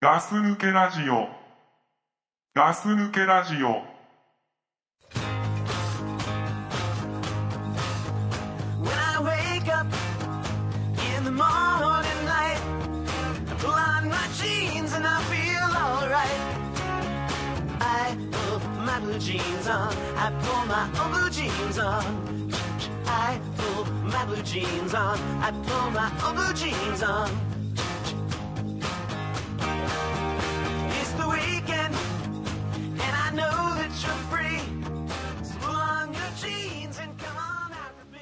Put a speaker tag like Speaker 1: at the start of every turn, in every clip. Speaker 1: ガス抜けラジオ。ガス抜けラジオ。
Speaker 2: When I wake up in the morning light, I pull on my jeans and I feel alright. I put my blue jeans on, I pull my old blue jeans on. I pull my blue jeans on, I pull my old blue jeans on. It's the weekend, and I know that you're free. So pull on your jeans and come on out with me.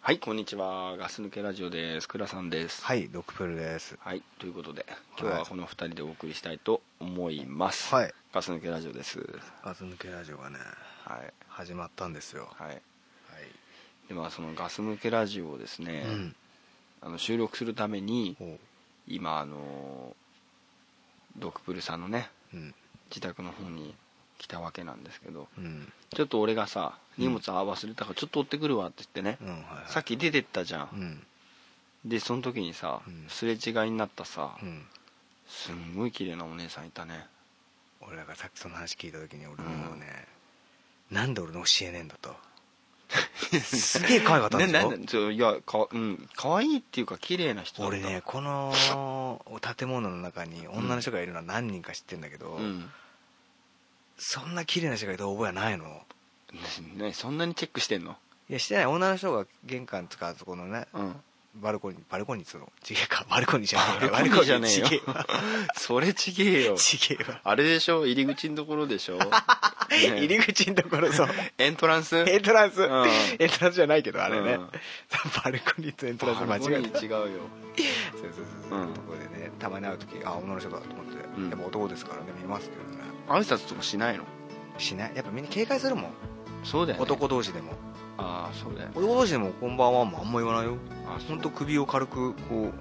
Speaker 3: はい、こんにちは。ガス抜けラジオです。倉さんです。
Speaker 4: はい、ドクプルです。
Speaker 3: はい、ということで、今日はこの2人でお送りしたいと思います。
Speaker 4: はい
Speaker 3: ガス抜けラジオです。
Speaker 4: ガス抜けラジオがね、
Speaker 3: はい。
Speaker 4: 始まったんですよ。は
Speaker 3: はい。で、まあ、そのガス抜けラジオをですね
Speaker 4: い。、うん。
Speaker 3: あの収録するために、
Speaker 4: おう。
Speaker 3: 今、あの、ドクプルさんのね、
Speaker 4: うん。
Speaker 3: 自宅の方に来たわけなんですけど、
Speaker 4: うん。
Speaker 3: ちょっと俺がさ、荷物あ忘れたから、ちょっと追ってくるわって言ってね
Speaker 4: う、ん、はいはい。
Speaker 3: さっき出てったじゃ。
Speaker 4: うんん。
Speaker 3: で、その時にさ
Speaker 4: うん、
Speaker 3: すれ違いになったさ
Speaker 4: う、ん。
Speaker 3: すんごい綺麗なお姉さんいたね。
Speaker 4: 俺らがさっきその話聞いた時に俺もね、なんで俺の教えねえんだ と。すげえ可愛かったんです
Speaker 3: ね
Speaker 4: よ
Speaker 3: な。んちょいやか,、うん、かわいいっていうか綺麗な人だった
Speaker 4: 俺ね、この建物の中に女の人がいるのは何人か知ってんだけど、
Speaker 3: うん
Speaker 4: そんな綺麗な人がいた覚えはないの。
Speaker 3: ねねそんなにチェックしてんの
Speaker 4: いや、してない。女の人が玄関つか、あそこのね、
Speaker 3: うん
Speaker 4: バルコニー、バルコニーっつうの違えか、バルコニーじゃね
Speaker 3: あ
Speaker 4: え
Speaker 3: れ
Speaker 4: よ。
Speaker 3: バルコニーじゃねえよ
Speaker 4: 違えわ
Speaker 3: それちげえよ
Speaker 4: 違えわ。
Speaker 3: あれでしょ入り口のところで しょ、ね
Speaker 4: 入り口のとこ ろそう
Speaker 3: エントランス
Speaker 4: エントランス、
Speaker 3: うん
Speaker 4: エントランスじゃないけどあれね、
Speaker 3: うん
Speaker 4: バルコニーとエントランス間
Speaker 3: バルコ
Speaker 4: 違え
Speaker 3: ニ
Speaker 4: た
Speaker 3: ー違うよ
Speaker 4: そうそうそう、
Speaker 3: うん
Speaker 4: ところでねたまに会う時あ女の人だと思って、
Speaker 3: うん
Speaker 4: やっぱ男ですからね見ますけどね
Speaker 3: 挨拶とかしないの
Speaker 4: しないやっぱみんな警戒するもん、
Speaker 3: そうだよ、ね、
Speaker 4: 男同士でも
Speaker 3: ああそうだよ、ね、
Speaker 4: 男同士でも「こんばんは」もあんま言わないよ
Speaker 3: あそう
Speaker 4: 本当首を軽くこ
Speaker 3: うん
Speaker 4: う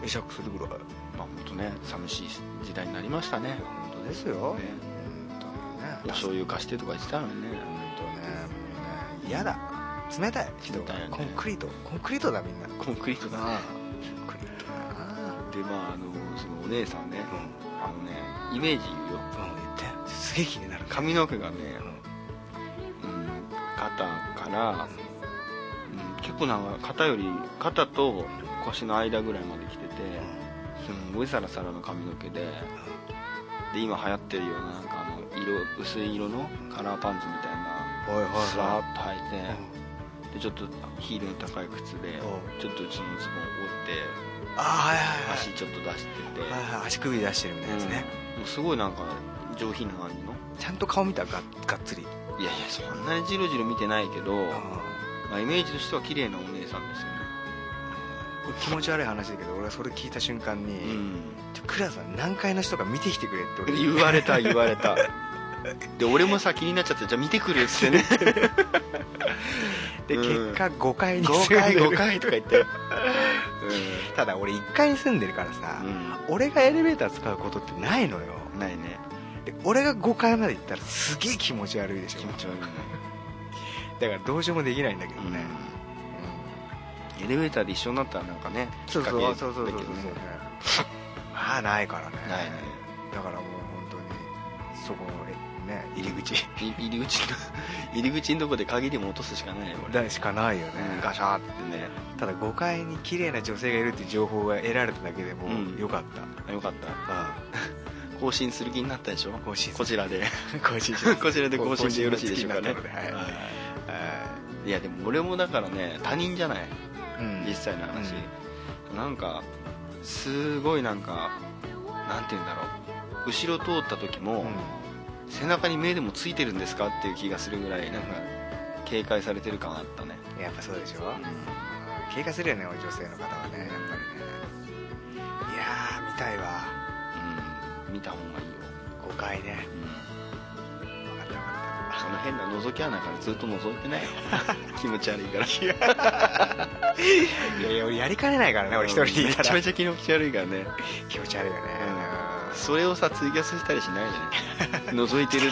Speaker 4: 会釈するぐらい
Speaker 3: まあ本当ね寂しい時代になりましたね
Speaker 4: 本当ですよ、
Speaker 3: ね
Speaker 4: 本当にね
Speaker 3: お醤油貸してとか言ってたのにね
Speaker 4: 本当ねもうね嫌だ冷たい人が、
Speaker 3: 冷たいよね
Speaker 4: コンクリートコンクリートだみんな
Speaker 3: コンクリートだな
Speaker 4: コンクリートだな
Speaker 3: でまああのそのお姉さんね、
Speaker 4: うん、
Speaker 3: あのねイメージ言うよ
Speaker 4: うん、言ってすげえ気になる
Speaker 3: 髪の毛がね、
Speaker 4: うん
Speaker 3: うん、肩から、うん、結構長い肩より肩と腰の間ぐらいまで来ててすんごいサラサラの髪の毛でで今流行ってるようななんかあの色薄い色のカラーパンツみたいな
Speaker 4: おいおいおい
Speaker 3: スラーっと履い
Speaker 4: うん
Speaker 3: てでちょっとヒールの高い靴で
Speaker 4: うん
Speaker 3: ちょっとうちのズボン折って
Speaker 4: あはいはいはい
Speaker 3: 足ちょっと出してて、
Speaker 4: はいはい足首出してるみたいなやつね、
Speaker 3: うんもうすごいなんか上品な感じの
Speaker 4: ちゃんと顔見たらががっつり、
Speaker 3: いやいやそんなにジロジロ見てないけど、
Speaker 4: うん
Speaker 3: まあ、イメージとしては綺麗なお姉さんですよね
Speaker 4: 気持ち悪い話だけど俺はそれ聞いた瞬間
Speaker 3: う
Speaker 4: に
Speaker 3: ん
Speaker 4: 「ちょクラさん何階の人が見てきてくれ」って俺
Speaker 3: 言われた言われ たで俺もさ気になっちゃってじゃあ見てくるっつっ てね
Speaker 4: で
Speaker 3: うん
Speaker 4: 結果5階に住ん
Speaker 3: 5
Speaker 4: でる
Speaker 3: 回5回とか言っ て
Speaker 4: ただ俺1階に住んでるからさ、
Speaker 3: う
Speaker 4: 俺がエレベーター使うことってないのよ
Speaker 3: んないね
Speaker 4: で俺が5階まで行ったらすげえ気持ち悪いでしょ
Speaker 3: 気持ち悪いね
Speaker 4: だからどうしようもできないんだけど
Speaker 3: うん
Speaker 4: ね、
Speaker 3: エレベーターで一緒になったらなんかね
Speaker 4: そうそう
Speaker 3: きっかけ
Speaker 4: そうそうそうそう
Speaker 3: だけどね
Speaker 4: ま あないからね
Speaker 3: ないね
Speaker 4: だからもう本当にそこのね入り口
Speaker 3: い入り口の 入り口のとこで鍵でも落とすしかないよ俺
Speaker 4: だしかないよね、
Speaker 3: うんガシャーってね
Speaker 4: ただ5階に綺麗な女性がいるっていう情報が得られただけでも
Speaker 3: うん
Speaker 4: よかった、
Speaker 3: あよかった 更新する気になったでしょ
Speaker 4: 更新
Speaker 3: こちら で
Speaker 4: 更新し ます
Speaker 3: こちらで更新でよろしいでしょうかね
Speaker 4: 更新が好きになったのではい
Speaker 3: いやでも俺もだからね他人じゃない
Speaker 4: うん
Speaker 3: 実際の話、なんかすごいなんかなんて言うんだろう後ろ通った時も、背中に目でもついてるんですかっていう気がするぐらいなんか警戒されてる感あったね、
Speaker 4: うんやっぱそうでしょ警戒するよね女性の方はねやっぱりねいやー見たいわ
Speaker 3: うん、見た方がいいよ、
Speaker 4: 5階ね
Speaker 3: うん、
Speaker 4: 分かった分か
Speaker 3: あの変な覗き穴からずっと覗いて ない気持ち悪いから
Speaker 4: ったいやいや俺やりかねないからね俺一人でいた
Speaker 3: めちゃ
Speaker 4: ら
Speaker 3: めちゃ気持ち悪いからね
Speaker 4: 気持ち悪いよねうん
Speaker 3: それをさツイキャスしたりし ないでね覗いてるっ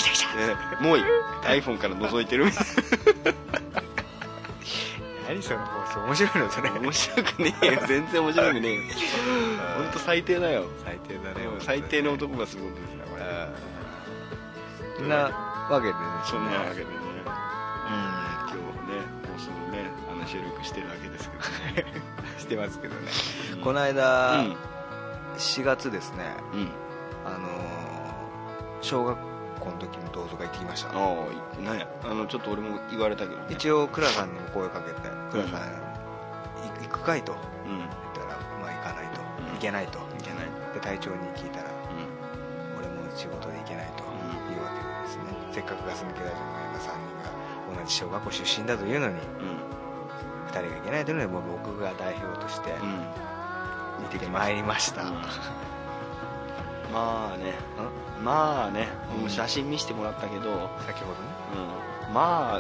Speaker 3: てもういい iPhone から覗いてるみたいな
Speaker 4: 何さんの放送面白いのそれ
Speaker 3: 面白くね えよ全然面白くねえよ本当最低だよ
Speaker 4: 最低だね
Speaker 3: でも最低の男がすることですよこれ
Speaker 4: そんなわけでね
Speaker 3: そんなわけでね今日ね放送ねあの収録してるわけですけどね
Speaker 4: してますけどね
Speaker 3: うん
Speaker 4: この間4月ですね
Speaker 3: うんうん
Speaker 4: あのー小学校の時の同窓会行ってきました
Speaker 3: ああなんやあのちょっと俺も言われたけどね
Speaker 4: 一応倉さんにも声かけて「倉さんい行くかい?」と
Speaker 3: うんい
Speaker 4: 言ったら「まあ行かないと
Speaker 3: うん
Speaker 4: 行けないと」
Speaker 3: けない
Speaker 4: で隊長に聞いたら
Speaker 3: うん
Speaker 4: 「俺も仕事で行けない」と
Speaker 3: ん
Speaker 4: いうわけなんですねせっかくガス抜け大臣の山3人が同じ小学校出身だというのに2人が行けないというのでもう僕が代表として
Speaker 3: うんうん
Speaker 4: 行ってまいりました
Speaker 3: まあねまあねもう写真見せてもらったけど、うん、
Speaker 4: 先ほどね
Speaker 3: まあ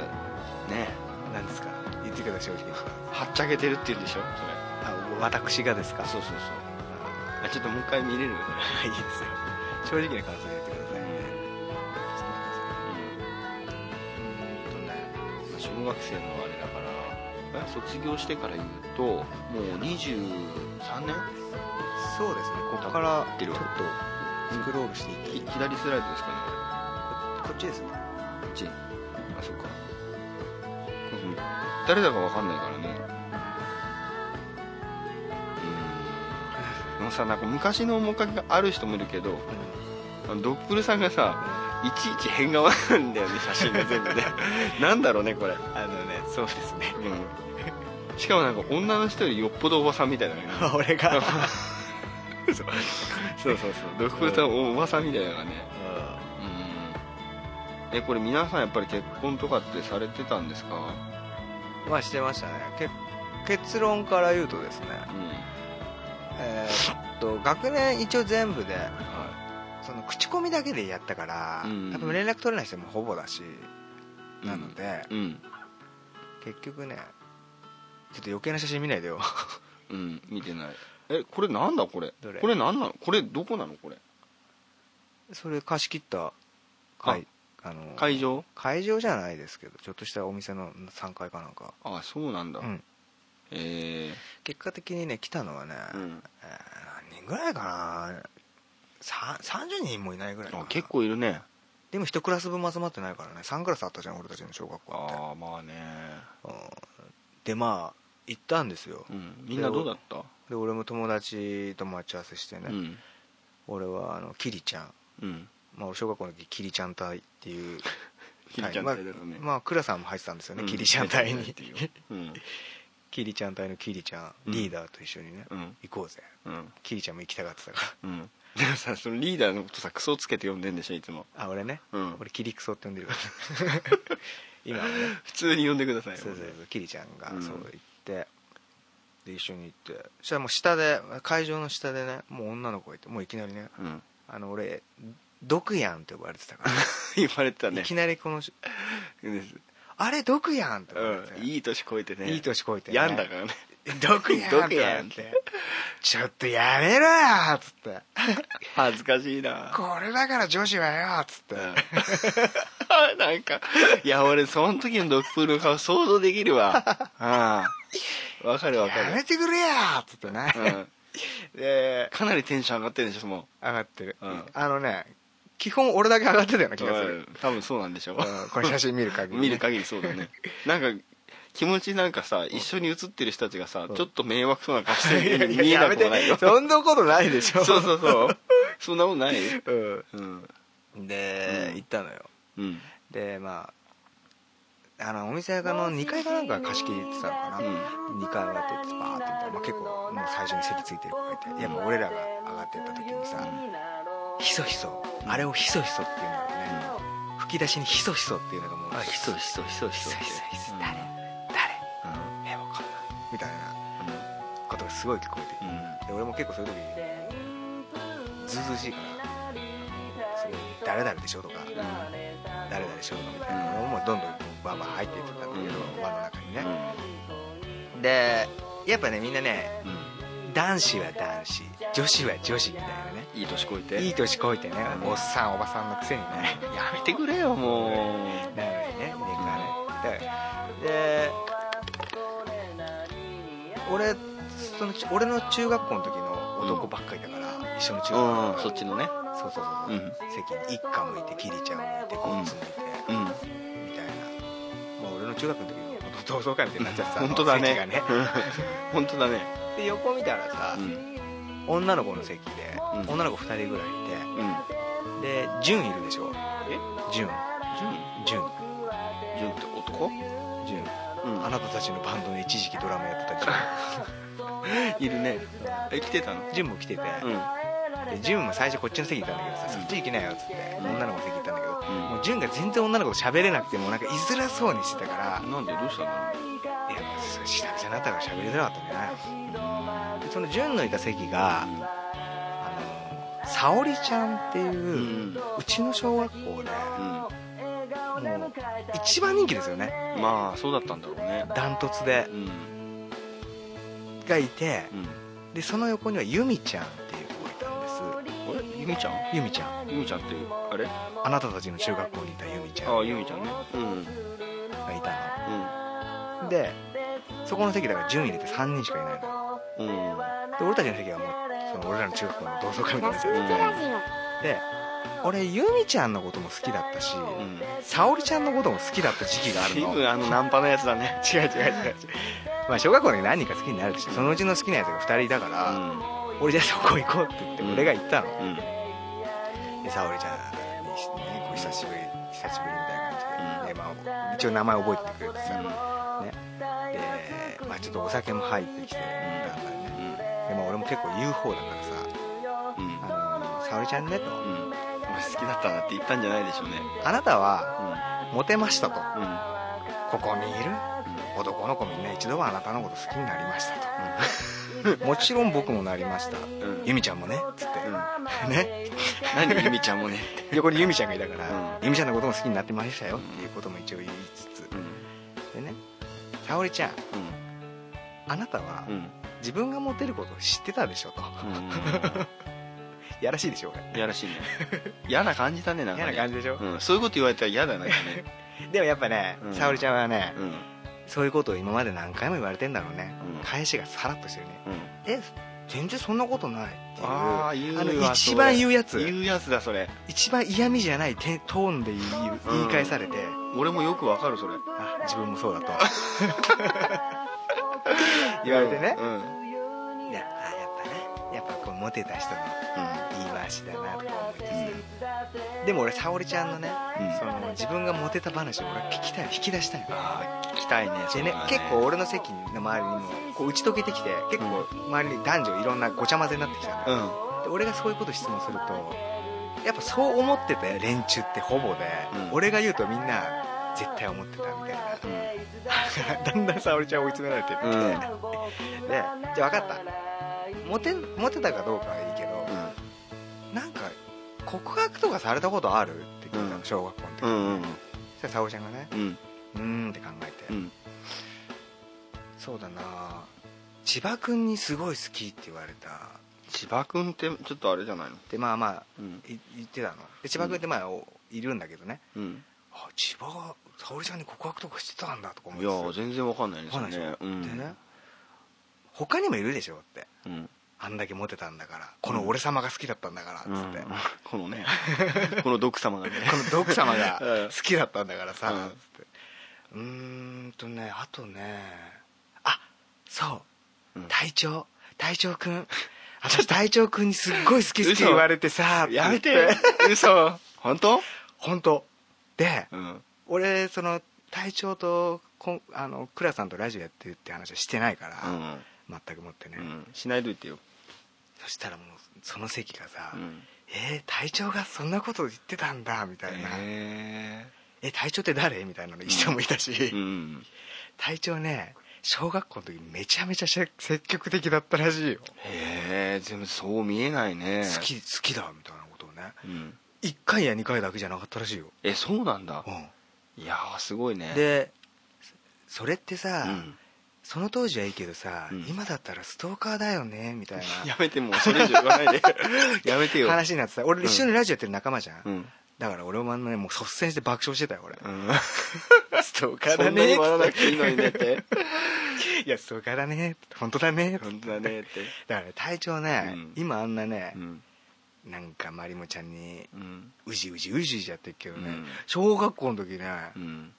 Speaker 3: ね
Speaker 4: 何ですか言ってください正直
Speaker 3: はっちゃけてるって言うんでしょ
Speaker 4: あ私がですか
Speaker 3: それそうそうそうあちょっともう一回見れる
Speaker 4: あ いいですよ正直な感想で言ってくださいね
Speaker 3: うんとねまあ小学生のあれだからえ卒業してから言うともう23年
Speaker 4: そうですねここから
Speaker 3: って
Speaker 4: ち
Speaker 3: る
Speaker 4: ょっ
Speaker 3: わ
Speaker 4: とスクロールしていって
Speaker 3: ひ左スライドですかねこれ
Speaker 4: こっちですね
Speaker 3: こっちあそっかうん誰だかわかんないからねうんもうさなんか昔の面影がある人もいるけどあのドップルさんがさいちいち変顔なんだよね写真が全部 ねなんだろうねこれ、
Speaker 4: あのねそうですね
Speaker 3: うん、しかもなんか女の人よりよっぽどおばさんみたいなね
Speaker 4: 俺が
Speaker 3: そうそうそうそう ドップルさんおおばさんみたいなのがねうんえこれ皆さんやっぱり結婚とかってされてたんですか
Speaker 4: まあしてましたねけ結論から言うとですね
Speaker 3: うん
Speaker 4: えーっと学年一応全部で
Speaker 3: は
Speaker 4: その口コミだけでやったから、
Speaker 3: うん
Speaker 4: やっぱ連絡取れない人もほぼだし、
Speaker 3: い
Speaker 4: なので
Speaker 3: うん
Speaker 4: 結局ねちょっと余計な写真見ないでよ
Speaker 3: うん見てないえこれなんだこれ
Speaker 4: どれ
Speaker 3: これなんなのこれどこなのこれ
Speaker 4: それ貸し切った会あの
Speaker 3: 会場
Speaker 4: 会場じゃないですけどちょっとしたお店の3階かなんか、
Speaker 3: あそうなんだ、
Speaker 4: うん
Speaker 3: え
Speaker 4: 結果的にね来たのはね、
Speaker 3: ーうん、
Speaker 4: えー何人ぐらいかなさ30人もいないぐらいかな
Speaker 3: あ結構いるね
Speaker 4: でも一クラス分も集まってないからね3クラスあったじゃん俺たちの小学校って
Speaker 3: ああまあね
Speaker 4: うんでまあ行ったんですよ、
Speaker 3: うんみんなどうだった
Speaker 4: で俺も友達と待ち合わせしてね、
Speaker 3: うん
Speaker 4: 俺はあのキリちゃん、
Speaker 3: うん
Speaker 4: まあ、俺小学校の時キリちゃん隊っていう
Speaker 3: ひりちゃん
Speaker 4: まあ
Speaker 3: 隊だとね、
Speaker 4: まあ倉さんも入ってたんですよね、キリちゃん隊に
Speaker 3: うん
Speaker 4: キリちゃん隊のキリちゃ
Speaker 3: うん
Speaker 4: んリーダーと一緒にね、
Speaker 3: うん
Speaker 4: 行こうぜ
Speaker 3: うん
Speaker 4: キリちゃんも行きたがってたか
Speaker 3: うんでもさそのリーダーのことさクソつけて呼んでんでしょいつも
Speaker 4: らあ俺ね、
Speaker 3: うん
Speaker 4: 俺キリクソって呼んでるから 今はね
Speaker 3: 普通に呼んでくださいよ
Speaker 4: そうそうそうキリちゃんが
Speaker 3: うん
Speaker 4: そう行って、で一緒に行ってそしたらもう下で会場の下でねもう女の子がいてもういきなりね
Speaker 3: うん、
Speaker 4: あの俺毒やんって呼ばれてたから
Speaker 3: 言われてたね
Speaker 4: いきなりこのし
Speaker 3: です
Speaker 4: 「あれ毒やん」って思って、
Speaker 3: うん、いい年こいてね
Speaker 4: いい年こいてね
Speaker 3: 病んだからね
Speaker 4: 毒やんって
Speaker 3: 毒やんっ
Speaker 4: っててちょっとやめろよっつって
Speaker 3: 恥ずかしいな
Speaker 4: これだから女子はよっつって、
Speaker 3: うん なんかいや俺その時のドップルの顔想像できる わうんわかるわか
Speaker 4: や
Speaker 3: る
Speaker 4: めてくれよっつってね、
Speaker 3: うん
Speaker 4: で
Speaker 3: かなりテンション上がってるでしょも
Speaker 4: 上がってる、
Speaker 3: うん
Speaker 4: あのね基本俺だけ上がってたような
Speaker 3: う
Speaker 4: 気がする、
Speaker 3: 多分そうなんでしょ
Speaker 4: うんこれ写真見る限りね、
Speaker 3: 見る限りそうだねなんか気持ちなんかさ一緒に写ってる人たちがさちょっと迷惑そうな顔し
Speaker 4: い
Speaker 3: てるよ
Speaker 4: やい
Speaker 3: う
Speaker 4: や
Speaker 3: に見え
Speaker 4: や
Speaker 3: な
Speaker 4: め
Speaker 3: くも
Speaker 4: て
Speaker 3: ないよ そう
Speaker 4: そんなことないでしょ
Speaker 3: そうそうそんなことないうん
Speaker 4: うんで、
Speaker 3: うん
Speaker 4: 行ったのよ
Speaker 3: うん
Speaker 4: でまああのお店がの2階かなんか貸し切ってたのかな、
Speaker 3: う
Speaker 4: 2階上がってってバーって行ったら、まあ、結構もう最初に席ついてる子がいていやもう俺らが上がってった時にさひそひそあれをひそひそっていうんだろうね、吹き出しにひそひそっていうのがもう
Speaker 3: あひそひそひそひ
Speaker 4: ひ
Speaker 3: そ
Speaker 4: そ
Speaker 3: って
Speaker 4: ひそひそ
Speaker 3: うん
Speaker 4: 誰誰えわかんないみたいなことがすごい聞こえて
Speaker 3: うんうん
Speaker 4: で俺も結構そういう時ずうずうしいからすごい「誰々でしょ」とか「誰々でしょ」とかみたいな俺もどんどんバンバン入っていってたんだけど
Speaker 3: う
Speaker 4: 輪の中に
Speaker 3: うん
Speaker 4: ねでやっぱねみんなね
Speaker 3: うん
Speaker 4: 男子は男子女子は女子みたいなね
Speaker 3: いい年こいて
Speaker 4: いい年こいてねおっさんおばさんのくせにね
Speaker 3: やめてくれよもう
Speaker 4: なのにね年間ねだからで俺そのち俺の中学校の時の男ばっかりだから、一緒の中学校
Speaker 3: うんそっちのね
Speaker 4: そうそうそうそう、
Speaker 3: うん
Speaker 4: 席に一家向いてキリちゃん向いてゴンツ向い
Speaker 3: う
Speaker 4: て、
Speaker 3: ん
Speaker 4: みたいな、まあ、俺の中学の時の同窓会みたいになっちゃってたの
Speaker 3: 本当だ
Speaker 4: 席
Speaker 3: ね
Speaker 4: がね
Speaker 3: 本当だね
Speaker 4: で横見たらさ
Speaker 3: う、ん
Speaker 4: 女の子の席で、
Speaker 3: うん
Speaker 4: 女の子2人ぐらい
Speaker 3: うん
Speaker 4: いてでジュンいるでしょ
Speaker 3: え
Speaker 4: ジュン
Speaker 3: 純
Speaker 4: ジュン
Speaker 3: 純って男
Speaker 4: ジュン
Speaker 3: うん
Speaker 4: あなたたちのバンドで一時期ドラムやってたジ
Speaker 3: いるねえ来てたの
Speaker 4: ュンジュンも来てて、
Speaker 3: うん
Speaker 4: でジュンも最初こっちの席いたんだけどさ、
Speaker 3: うん
Speaker 4: そっち行きなよっつって、
Speaker 3: ん
Speaker 4: 女の子の席行ったんだけど、
Speaker 3: ん
Speaker 4: もうジュンが全然女の子と喋れなくてもうなんか居づらそうにしてたから、い
Speaker 3: なんでどうしたんだろ
Speaker 4: やそれ久々になったから喋りづらかったんじゃないのでそのジュンのいた席が、あの沙織ちゃんっていう、う
Speaker 3: ううん
Speaker 4: ちの小学校で、
Speaker 3: う
Speaker 4: もう一番人気ですよね
Speaker 3: んまあそうだったんだろうね
Speaker 4: ダントツで
Speaker 3: うん
Speaker 4: がいて
Speaker 3: うん
Speaker 4: でその横にはユミちゃんっていう子がいたんで
Speaker 3: あれゆみちゃん
Speaker 4: すユミちゃん
Speaker 3: ゆみちゃんってあれあ
Speaker 4: あなたたちの中学校にいたユミちゃん
Speaker 3: あゆみちゃんねうんうん
Speaker 4: がいたのでそこの席だから順位入れて3人しかいないのよ
Speaker 3: うん
Speaker 4: で俺たちの席はもうその俺らの中学校の同窓会みたいになってるで俺ユミちゃんのことも好きだったし、
Speaker 3: うん
Speaker 4: 沙織ちゃんのことも好きだった時期がある
Speaker 3: 随
Speaker 4: の
Speaker 3: 分あのナンパのやつだ ね
Speaker 4: 違う違う違う違うまあ小学校の時何人か好きになるでしょそのうちの好きなやつが2人いたか
Speaker 3: う
Speaker 4: ら、
Speaker 3: ん
Speaker 4: 俺じゃあそこ行こうって言って
Speaker 3: うん
Speaker 4: 俺が行ったの、
Speaker 3: うん
Speaker 4: で沙織ちゃんにしてねこう久しぶり久しぶりみたいな感じで,、でまあ、一応名前覚えててくれてさ、ねで、まあ、ちょっとお酒も入ってきてだんだんねでも俺も結構言う方だからさ
Speaker 3: うんうん
Speaker 4: 「あの沙織ちゃんね」と
Speaker 3: うんうんまあ好きだったなって言ったんじゃないでしょうね
Speaker 4: 「あなたはモテました」と
Speaker 3: うんうん
Speaker 4: 「ここにいる男の子みんな一度はあなたのこと好きになりました」と「もちろん 僕もなりました」
Speaker 3: うん
Speaker 4: 由美ちゃんもね」つって、ね
Speaker 3: 何ゆみちゃんもね
Speaker 4: 横に由美ちゃんがいたから
Speaker 3: う
Speaker 4: 由美ちゃんのことも好きになってましたよっていうことも一応言いつつ
Speaker 3: うん
Speaker 4: でね沙織ちゃん
Speaker 3: うん
Speaker 4: あなたは
Speaker 3: うん
Speaker 4: 自分がモテることを知ってたでしょと やらしいでしょ俺
Speaker 3: やらしいね嫌な感じだねなんか
Speaker 4: 嫌
Speaker 3: ね
Speaker 4: な感じでしょ
Speaker 3: うん、そういうこと言われたら嫌だなんかね
Speaker 4: でもやっぱね
Speaker 3: うん
Speaker 4: 沙織ちゃんはね
Speaker 3: うんうん
Speaker 4: そういうことを今まで何回も言われてんだろうね、
Speaker 3: うん
Speaker 4: 返しがさらっとしてるねえ全然そんなことないっていう
Speaker 3: ああ言うわ
Speaker 4: あの
Speaker 3: それ
Speaker 4: 一番言うやつ
Speaker 3: 言うやつだそれ
Speaker 4: 一番嫌味じゃないてトーンで言う
Speaker 3: うん
Speaker 4: 言い返されて、
Speaker 3: 俺もよくわかるそれ
Speaker 4: あ自分もそうだと言われてね、
Speaker 3: うんうん
Speaker 4: いやあやっぱねやっぱこうモテた人の言い回しだなとか思ってさでも俺沙織ちゃんのね、
Speaker 3: うん
Speaker 4: その自分がモテた話を俺は聞きたい引き出したいの
Speaker 3: ああ聞きたいねそ
Speaker 4: で
Speaker 3: れ
Speaker 4: ね
Speaker 3: は
Speaker 4: 結構俺の席の周りにもこう打ち解けてきて結構周りに男女いろんなごちゃ混ぜになってきたのよ、
Speaker 3: うん
Speaker 4: で俺がそういうこと質問するとやっぱそう思ってた連中ってほぼで、
Speaker 3: うん
Speaker 4: 俺が言うとみんな絶対思ってたみ たいなだんだん沙織ちゃん追い詰められてって、でじゃあ分かったモテモテたかどうかはいいけど、なんか告白とかされたことあるって聞いたの、
Speaker 3: うん
Speaker 4: 小学校の時、
Speaker 3: うんうんうん
Speaker 4: そしたら沙織ちゃんがね
Speaker 3: うん
Speaker 4: うーんって考えて、
Speaker 3: うん
Speaker 4: そうだな千葉君にすごい好きって言われた
Speaker 3: 千葉君ってちょっとあれじゃないの
Speaker 4: でまあまあ
Speaker 3: うん
Speaker 4: い言ってたので千葉君ってまあ、おいるんだけどね
Speaker 3: うん
Speaker 4: あ千葉が沙織ちゃんに告白とかしてたんだとか思っ
Speaker 3: い
Speaker 4: て
Speaker 3: や
Speaker 4: た
Speaker 3: ー全然わかんないで
Speaker 4: わかんない
Speaker 3: す
Speaker 4: でし
Speaker 3: ね
Speaker 4: ょ、
Speaker 3: うん
Speaker 4: でね他にもいるでしょって
Speaker 3: うん
Speaker 4: あんだけモテたんだからこの俺様が好きだったんだからっつ
Speaker 3: うん
Speaker 4: って、
Speaker 3: このね この毒様がね
Speaker 4: この毒様 が
Speaker 3: うん
Speaker 4: 好きだったんだからさ、
Speaker 3: うん
Speaker 4: つってうーんとねあとねあそう
Speaker 3: うん
Speaker 4: 隊長隊長く ん私隊長くんにすっごい好き好き言われてさ
Speaker 3: やめて
Speaker 4: って言って
Speaker 3: 嘘本当
Speaker 4: 本当で
Speaker 3: うん
Speaker 4: 俺その隊長とこんあの倉さんとラジオやってるって話はしてないから、
Speaker 3: うん
Speaker 4: 全くもってね、
Speaker 3: うんしないといてよ
Speaker 4: そしたらもうその席がさ
Speaker 3: う
Speaker 4: 「
Speaker 3: ん
Speaker 4: えー、隊長がそんなこと言ってたんだ」みたいな「え
Speaker 3: へ
Speaker 4: 隊長って誰?」みたいなの一緒もいたし、
Speaker 3: えうん
Speaker 4: 隊長ね小学校の時めちゃめちゃしゃ積極的だったらしいよ、
Speaker 3: へえ全部そう見えないね
Speaker 4: 好き好きだみたいなことをね
Speaker 3: うん
Speaker 4: 1回や2回だけじゃなかったらしいよ、
Speaker 3: えそうなんだ
Speaker 4: うん、
Speaker 3: いやーすごいね
Speaker 4: でそれってさ、
Speaker 3: うん
Speaker 4: その当時はいいけどさ、
Speaker 3: うん
Speaker 4: 今だったらストーカーだよねみたいな
Speaker 3: やめてもうそれ以上言わないでやめてよ
Speaker 4: 話になってさ俺一緒にラジオやってる仲間じゃん、
Speaker 3: うん
Speaker 4: だから俺もねもう率先して爆笑してたよ俺、
Speaker 3: うん、
Speaker 4: ストーカー
Speaker 3: そ
Speaker 4: だ
Speaker 3: んな
Speaker 4: ね
Speaker 3: に笑わなくていいのにねって
Speaker 4: いやストーカーだね本当だね
Speaker 3: 本当だねって
Speaker 4: だからね体調ね、
Speaker 3: うん
Speaker 4: 今あんなね
Speaker 3: う、ん
Speaker 4: なんかまりもちゃんに
Speaker 3: うん
Speaker 4: うじうじうじうじやってるけどね、
Speaker 3: うん
Speaker 4: 小学校の時ね、
Speaker 3: うん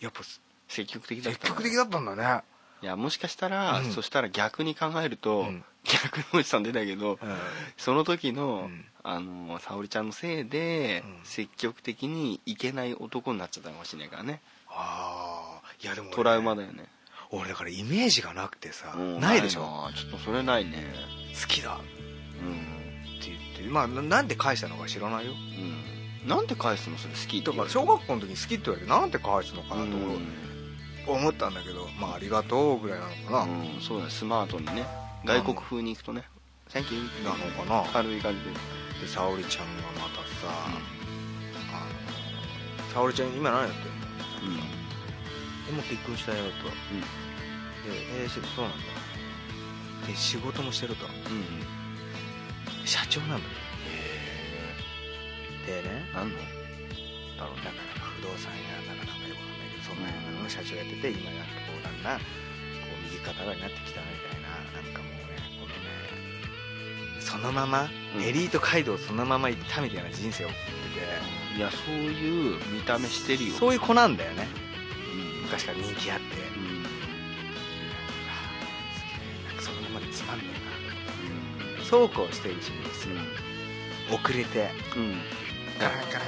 Speaker 4: やっぱす
Speaker 3: 積極的だっ
Speaker 4: 積
Speaker 3: たな
Speaker 4: 極的だったんだね、
Speaker 3: いやもしかしたら、
Speaker 4: うん
Speaker 3: そしたら逆に考えると、
Speaker 4: うん
Speaker 3: 逆のおじさん出たけど、
Speaker 4: うん
Speaker 3: その時
Speaker 4: う
Speaker 3: の、
Speaker 4: ん
Speaker 3: あの沙織ちゃんのせいで、
Speaker 4: うん
Speaker 3: 積極的にいけない男になっちゃったかもしれないからね
Speaker 4: ああいやでも、
Speaker 3: トラウマだよね、
Speaker 4: 俺だからイメージがなくてさ、
Speaker 3: うん
Speaker 4: ないでしょ
Speaker 3: なちょっとそれないね
Speaker 4: 好きだっ
Speaker 3: うん、
Speaker 4: て言ってまあななんで返したのか知らないよ
Speaker 3: うん、なんて返すのそれ好き
Speaker 4: だから小学校の時に好きって言われてなんて返すのかなと俺思ったんだけどまあありがとうぐらいなのかな、
Speaker 3: うんうんそうだねスマートにね外国風に行くとね「Thank you」
Speaker 4: なのかな
Speaker 3: 軽い感じで
Speaker 4: で沙織ちゃんがまたさ、あの沙織ちゃん今何やってんの
Speaker 3: うん
Speaker 4: えもう結婚したよと、
Speaker 3: ん
Speaker 4: でえーしそうなんだで仕事もしてると
Speaker 3: うんうん
Speaker 4: 社長なんだでね
Speaker 3: 何のだろう
Speaker 4: なんか不動産やなんか名前よくわかんないけどそんなようなの社長やってて今なんかこうだんだんこう右肩上がりになってきたなみたいななんかもうねこのねそのま
Speaker 3: う
Speaker 4: ま、
Speaker 3: ん
Speaker 4: エリート街道そのまま行ったみたいな人生を送ってて
Speaker 3: いやそういう見た目してるよ
Speaker 4: そういう子なんだよね
Speaker 3: うん
Speaker 4: 昔から人気あって
Speaker 3: うん
Speaker 4: あーすげえなんかそのままでつまんねえなそうこうしているうちにですよ遅れて
Speaker 3: うんうん
Speaker 4: ガランガランガラン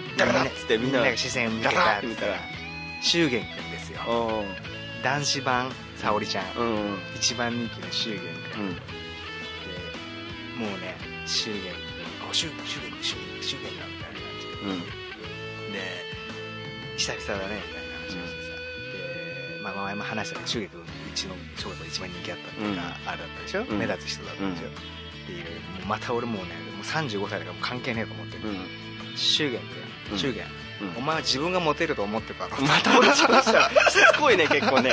Speaker 3: うんだからっつってみんな
Speaker 4: が視線を向け
Speaker 3: ガラ
Speaker 4: た
Speaker 3: ッて見たら
Speaker 4: 祝言くんですよ
Speaker 3: う
Speaker 4: 男子版沙織ちゃん、
Speaker 3: んうん
Speaker 4: 一番人気の祝言くん
Speaker 3: う、ん
Speaker 4: でもうね祝言くんあ祝祝言くん祝言くん祝言だみたいな感じ
Speaker 3: うん
Speaker 4: で久々だねみたいな話をしてさ、で、まあ、前も話したけど祝言くんうちの小学校で一番人気あったっていうか、あれだったでしょ、
Speaker 3: うん
Speaker 4: 目立つ人だったでしょ、でいろいろもうまた俺もうねもう35歳だからもう関係ねえと思ってる
Speaker 3: うんうん
Speaker 4: 祝言く
Speaker 3: うん
Speaker 4: ん祝言、
Speaker 3: うん
Speaker 4: お前は自分がモテると思ってたろ
Speaker 3: また同じこと したしつこいね結構ね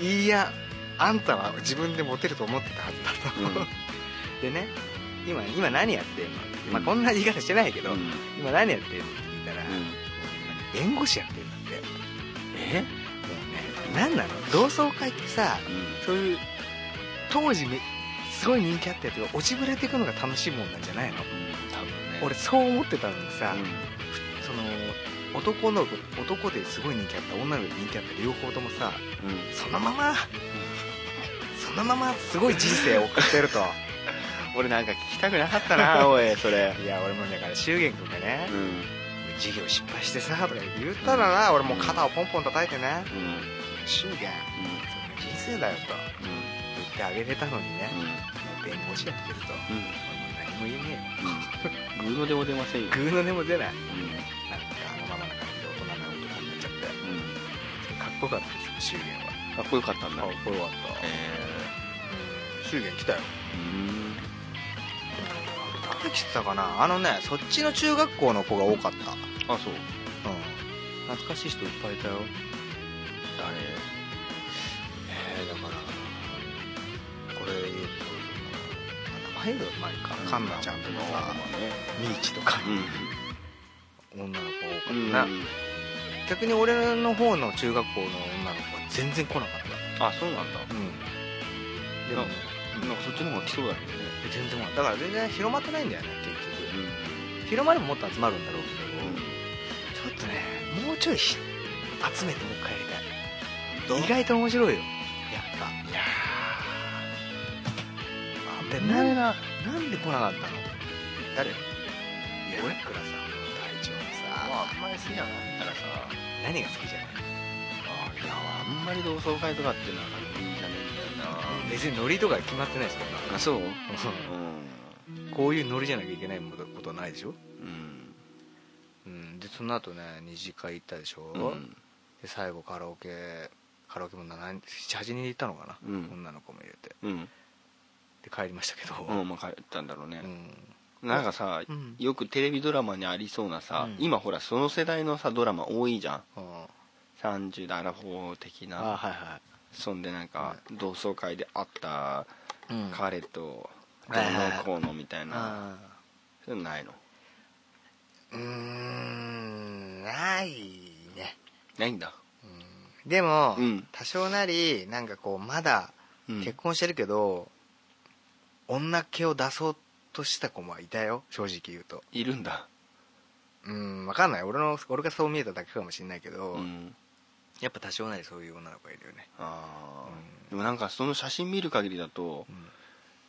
Speaker 4: いやあんたは自分でモテると思ってたはずだと、でね今今何やってんの、まあ、こんな言い方してないけど、
Speaker 3: うん
Speaker 4: 今何やってんのって聞いたら、
Speaker 3: うん
Speaker 4: 弁護士やってんだって
Speaker 3: え
Speaker 4: もうね何なの同窓会ってさそういう当時めすごい人気あったやつが落ちぶれていくのが楽しいもんなんじゃないの
Speaker 3: 多分ね
Speaker 4: 俺そう思ってたのにさ、
Speaker 3: う
Speaker 4: その男の子男ですごい人気あった女の子で人気あった両方ともさ
Speaker 3: んうん
Speaker 4: そのままそのまますごい人生を送って ると
Speaker 3: 俺なんか聞きたくなかった なおいそれ
Speaker 4: いや俺もだから祝言君がね
Speaker 3: うんうん
Speaker 4: 事業失敗してさとか言ったらな俺もう肩をポンポン叩いてね
Speaker 3: うん
Speaker 4: 祝言人生だよと言ってあげれたのにね弁護士やってると俺もう何も言えね
Speaker 3: うんうんグーのでも出ませんよ
Speaker 4: えよグーの根も出ないなんか
Speaker 3: うんうん
Speaker 4: あのままな感じで大人な男になっちゃってかっこよかったですよ祝言は
Speaker 3: かっこよかったんだ
Speaker 4: かっこよかった
Speaker 3: え
Speaker 4: 祝言来たよ
Speaker 3: ーうん
Speaker 4: 誰来てたかなあのねそっちの中学校の子が多かった
Speaker 3: あそう
Speaker 4: うん懐かしい人いっぱいいたよ
Speaker 3: 誰
Speaker 4: えー、だからこれ言うと前より前かカンナちゃんとかさミーチとか
Speaker 3: う
Speaker 4: 女の子多
Speaker 3: ん
Speaker 4: かったな、逆に俺の方の中学校の女の子は全然来なかっ
Speaker 3: あそうなんだ
Speaker 4: たうんで
Speaker 3: な
Speaker 4: も、
Speaker 3: んかなんかそっちの方が来そうだけどね
Speaker 4: 全然来ないだから全然広まってないんだよね結
Speaker 3: うん
Speaker 4: 局広まればもっと集まるんだろうけど、
Speaker 3: うん
Speaker 4: ちょっとねもうちょいひ集めてもう一回やりたい意外と面白いよやっぱ
Speaker 3: いや
Speaker 4: あで
Speaker 3: ーな
Speaker 4: なん
Speaker 3: れな
Speaker 4: なんで来なかったの
Speaker 3: 誰
Speaker 4: 俺くらさ隊長
Speaker 3: ま
Speaker 4: が
Speaker 3: あ
Speaker 4: さ
Speaker 3: あんまり好きじゃないからさ
Speaker 4: 何が好きじゃない
Speaker 3: あいやあんまり同窓会とかってなんかいいじゃねえんだよ
Speaker 4: 別にノリとか決まってないですよ
Speaker 3: なあそう
Speaker 4: う こういうノリじゃなきゃいけないことはないでしょ、
Speaker 3: うん
Speaker 4: うん、でその後ね二次会行ったでしょ、
Speaker 3: うん
Speaker 4: で最後カラオケカラオケも78人で行ったのかな、
Speaker 3: うん
Speaker 4: 女の子も入れて
Speaker 3: うん
Speaker 4: で帰りましたけど
Speaker 3: うんまあ帰ったんだろうね
Speaker 4: うん
Speaker 3: なんかさ
Speaker 4: うん
Speaker 3: よくテレビドラマにありそうなさ
Speaker 4: うん
Speaker 3: 今ほらその世代のさドラマ多いじゃん
Speaker 4: あ
Speaker 3: 30代アラフォー的
Speaker 4: あ
Speaker 3: な
Speaker 4: はいは
Speaker 3: そんでなんか同窓会で会った
Speaker 4: い、うん
Speaker 3: 彼とど
Speaker 4: はいは
Speaker 3: う
Speaker 4: い
Speaker 3: のこうのみたいな
Speaker 4: あ
Speaker 3: そういうのないの
Speaker 4: ーうーんないね
Speaker 3: ないんだ
Speaker 4: でも、
Speaker 3: うん
Speaker 4: 多少なりなんかこうまだ
Speaker 3: うん
Speaker 4: 結婚してるけど、女気を出そうとした子もいたよ正直言うと
Speaker 3: いるんだ
Speaker 4: うん分かんない俺の俺がそう見えただけかもしれないけど、
Speaker 3: うん
Speaker 4: やっぱ多少なりそういう女の子がいるよね
Speaker 3: ああ、でもなんかその写真見る限りだと、
Speaker 4: ん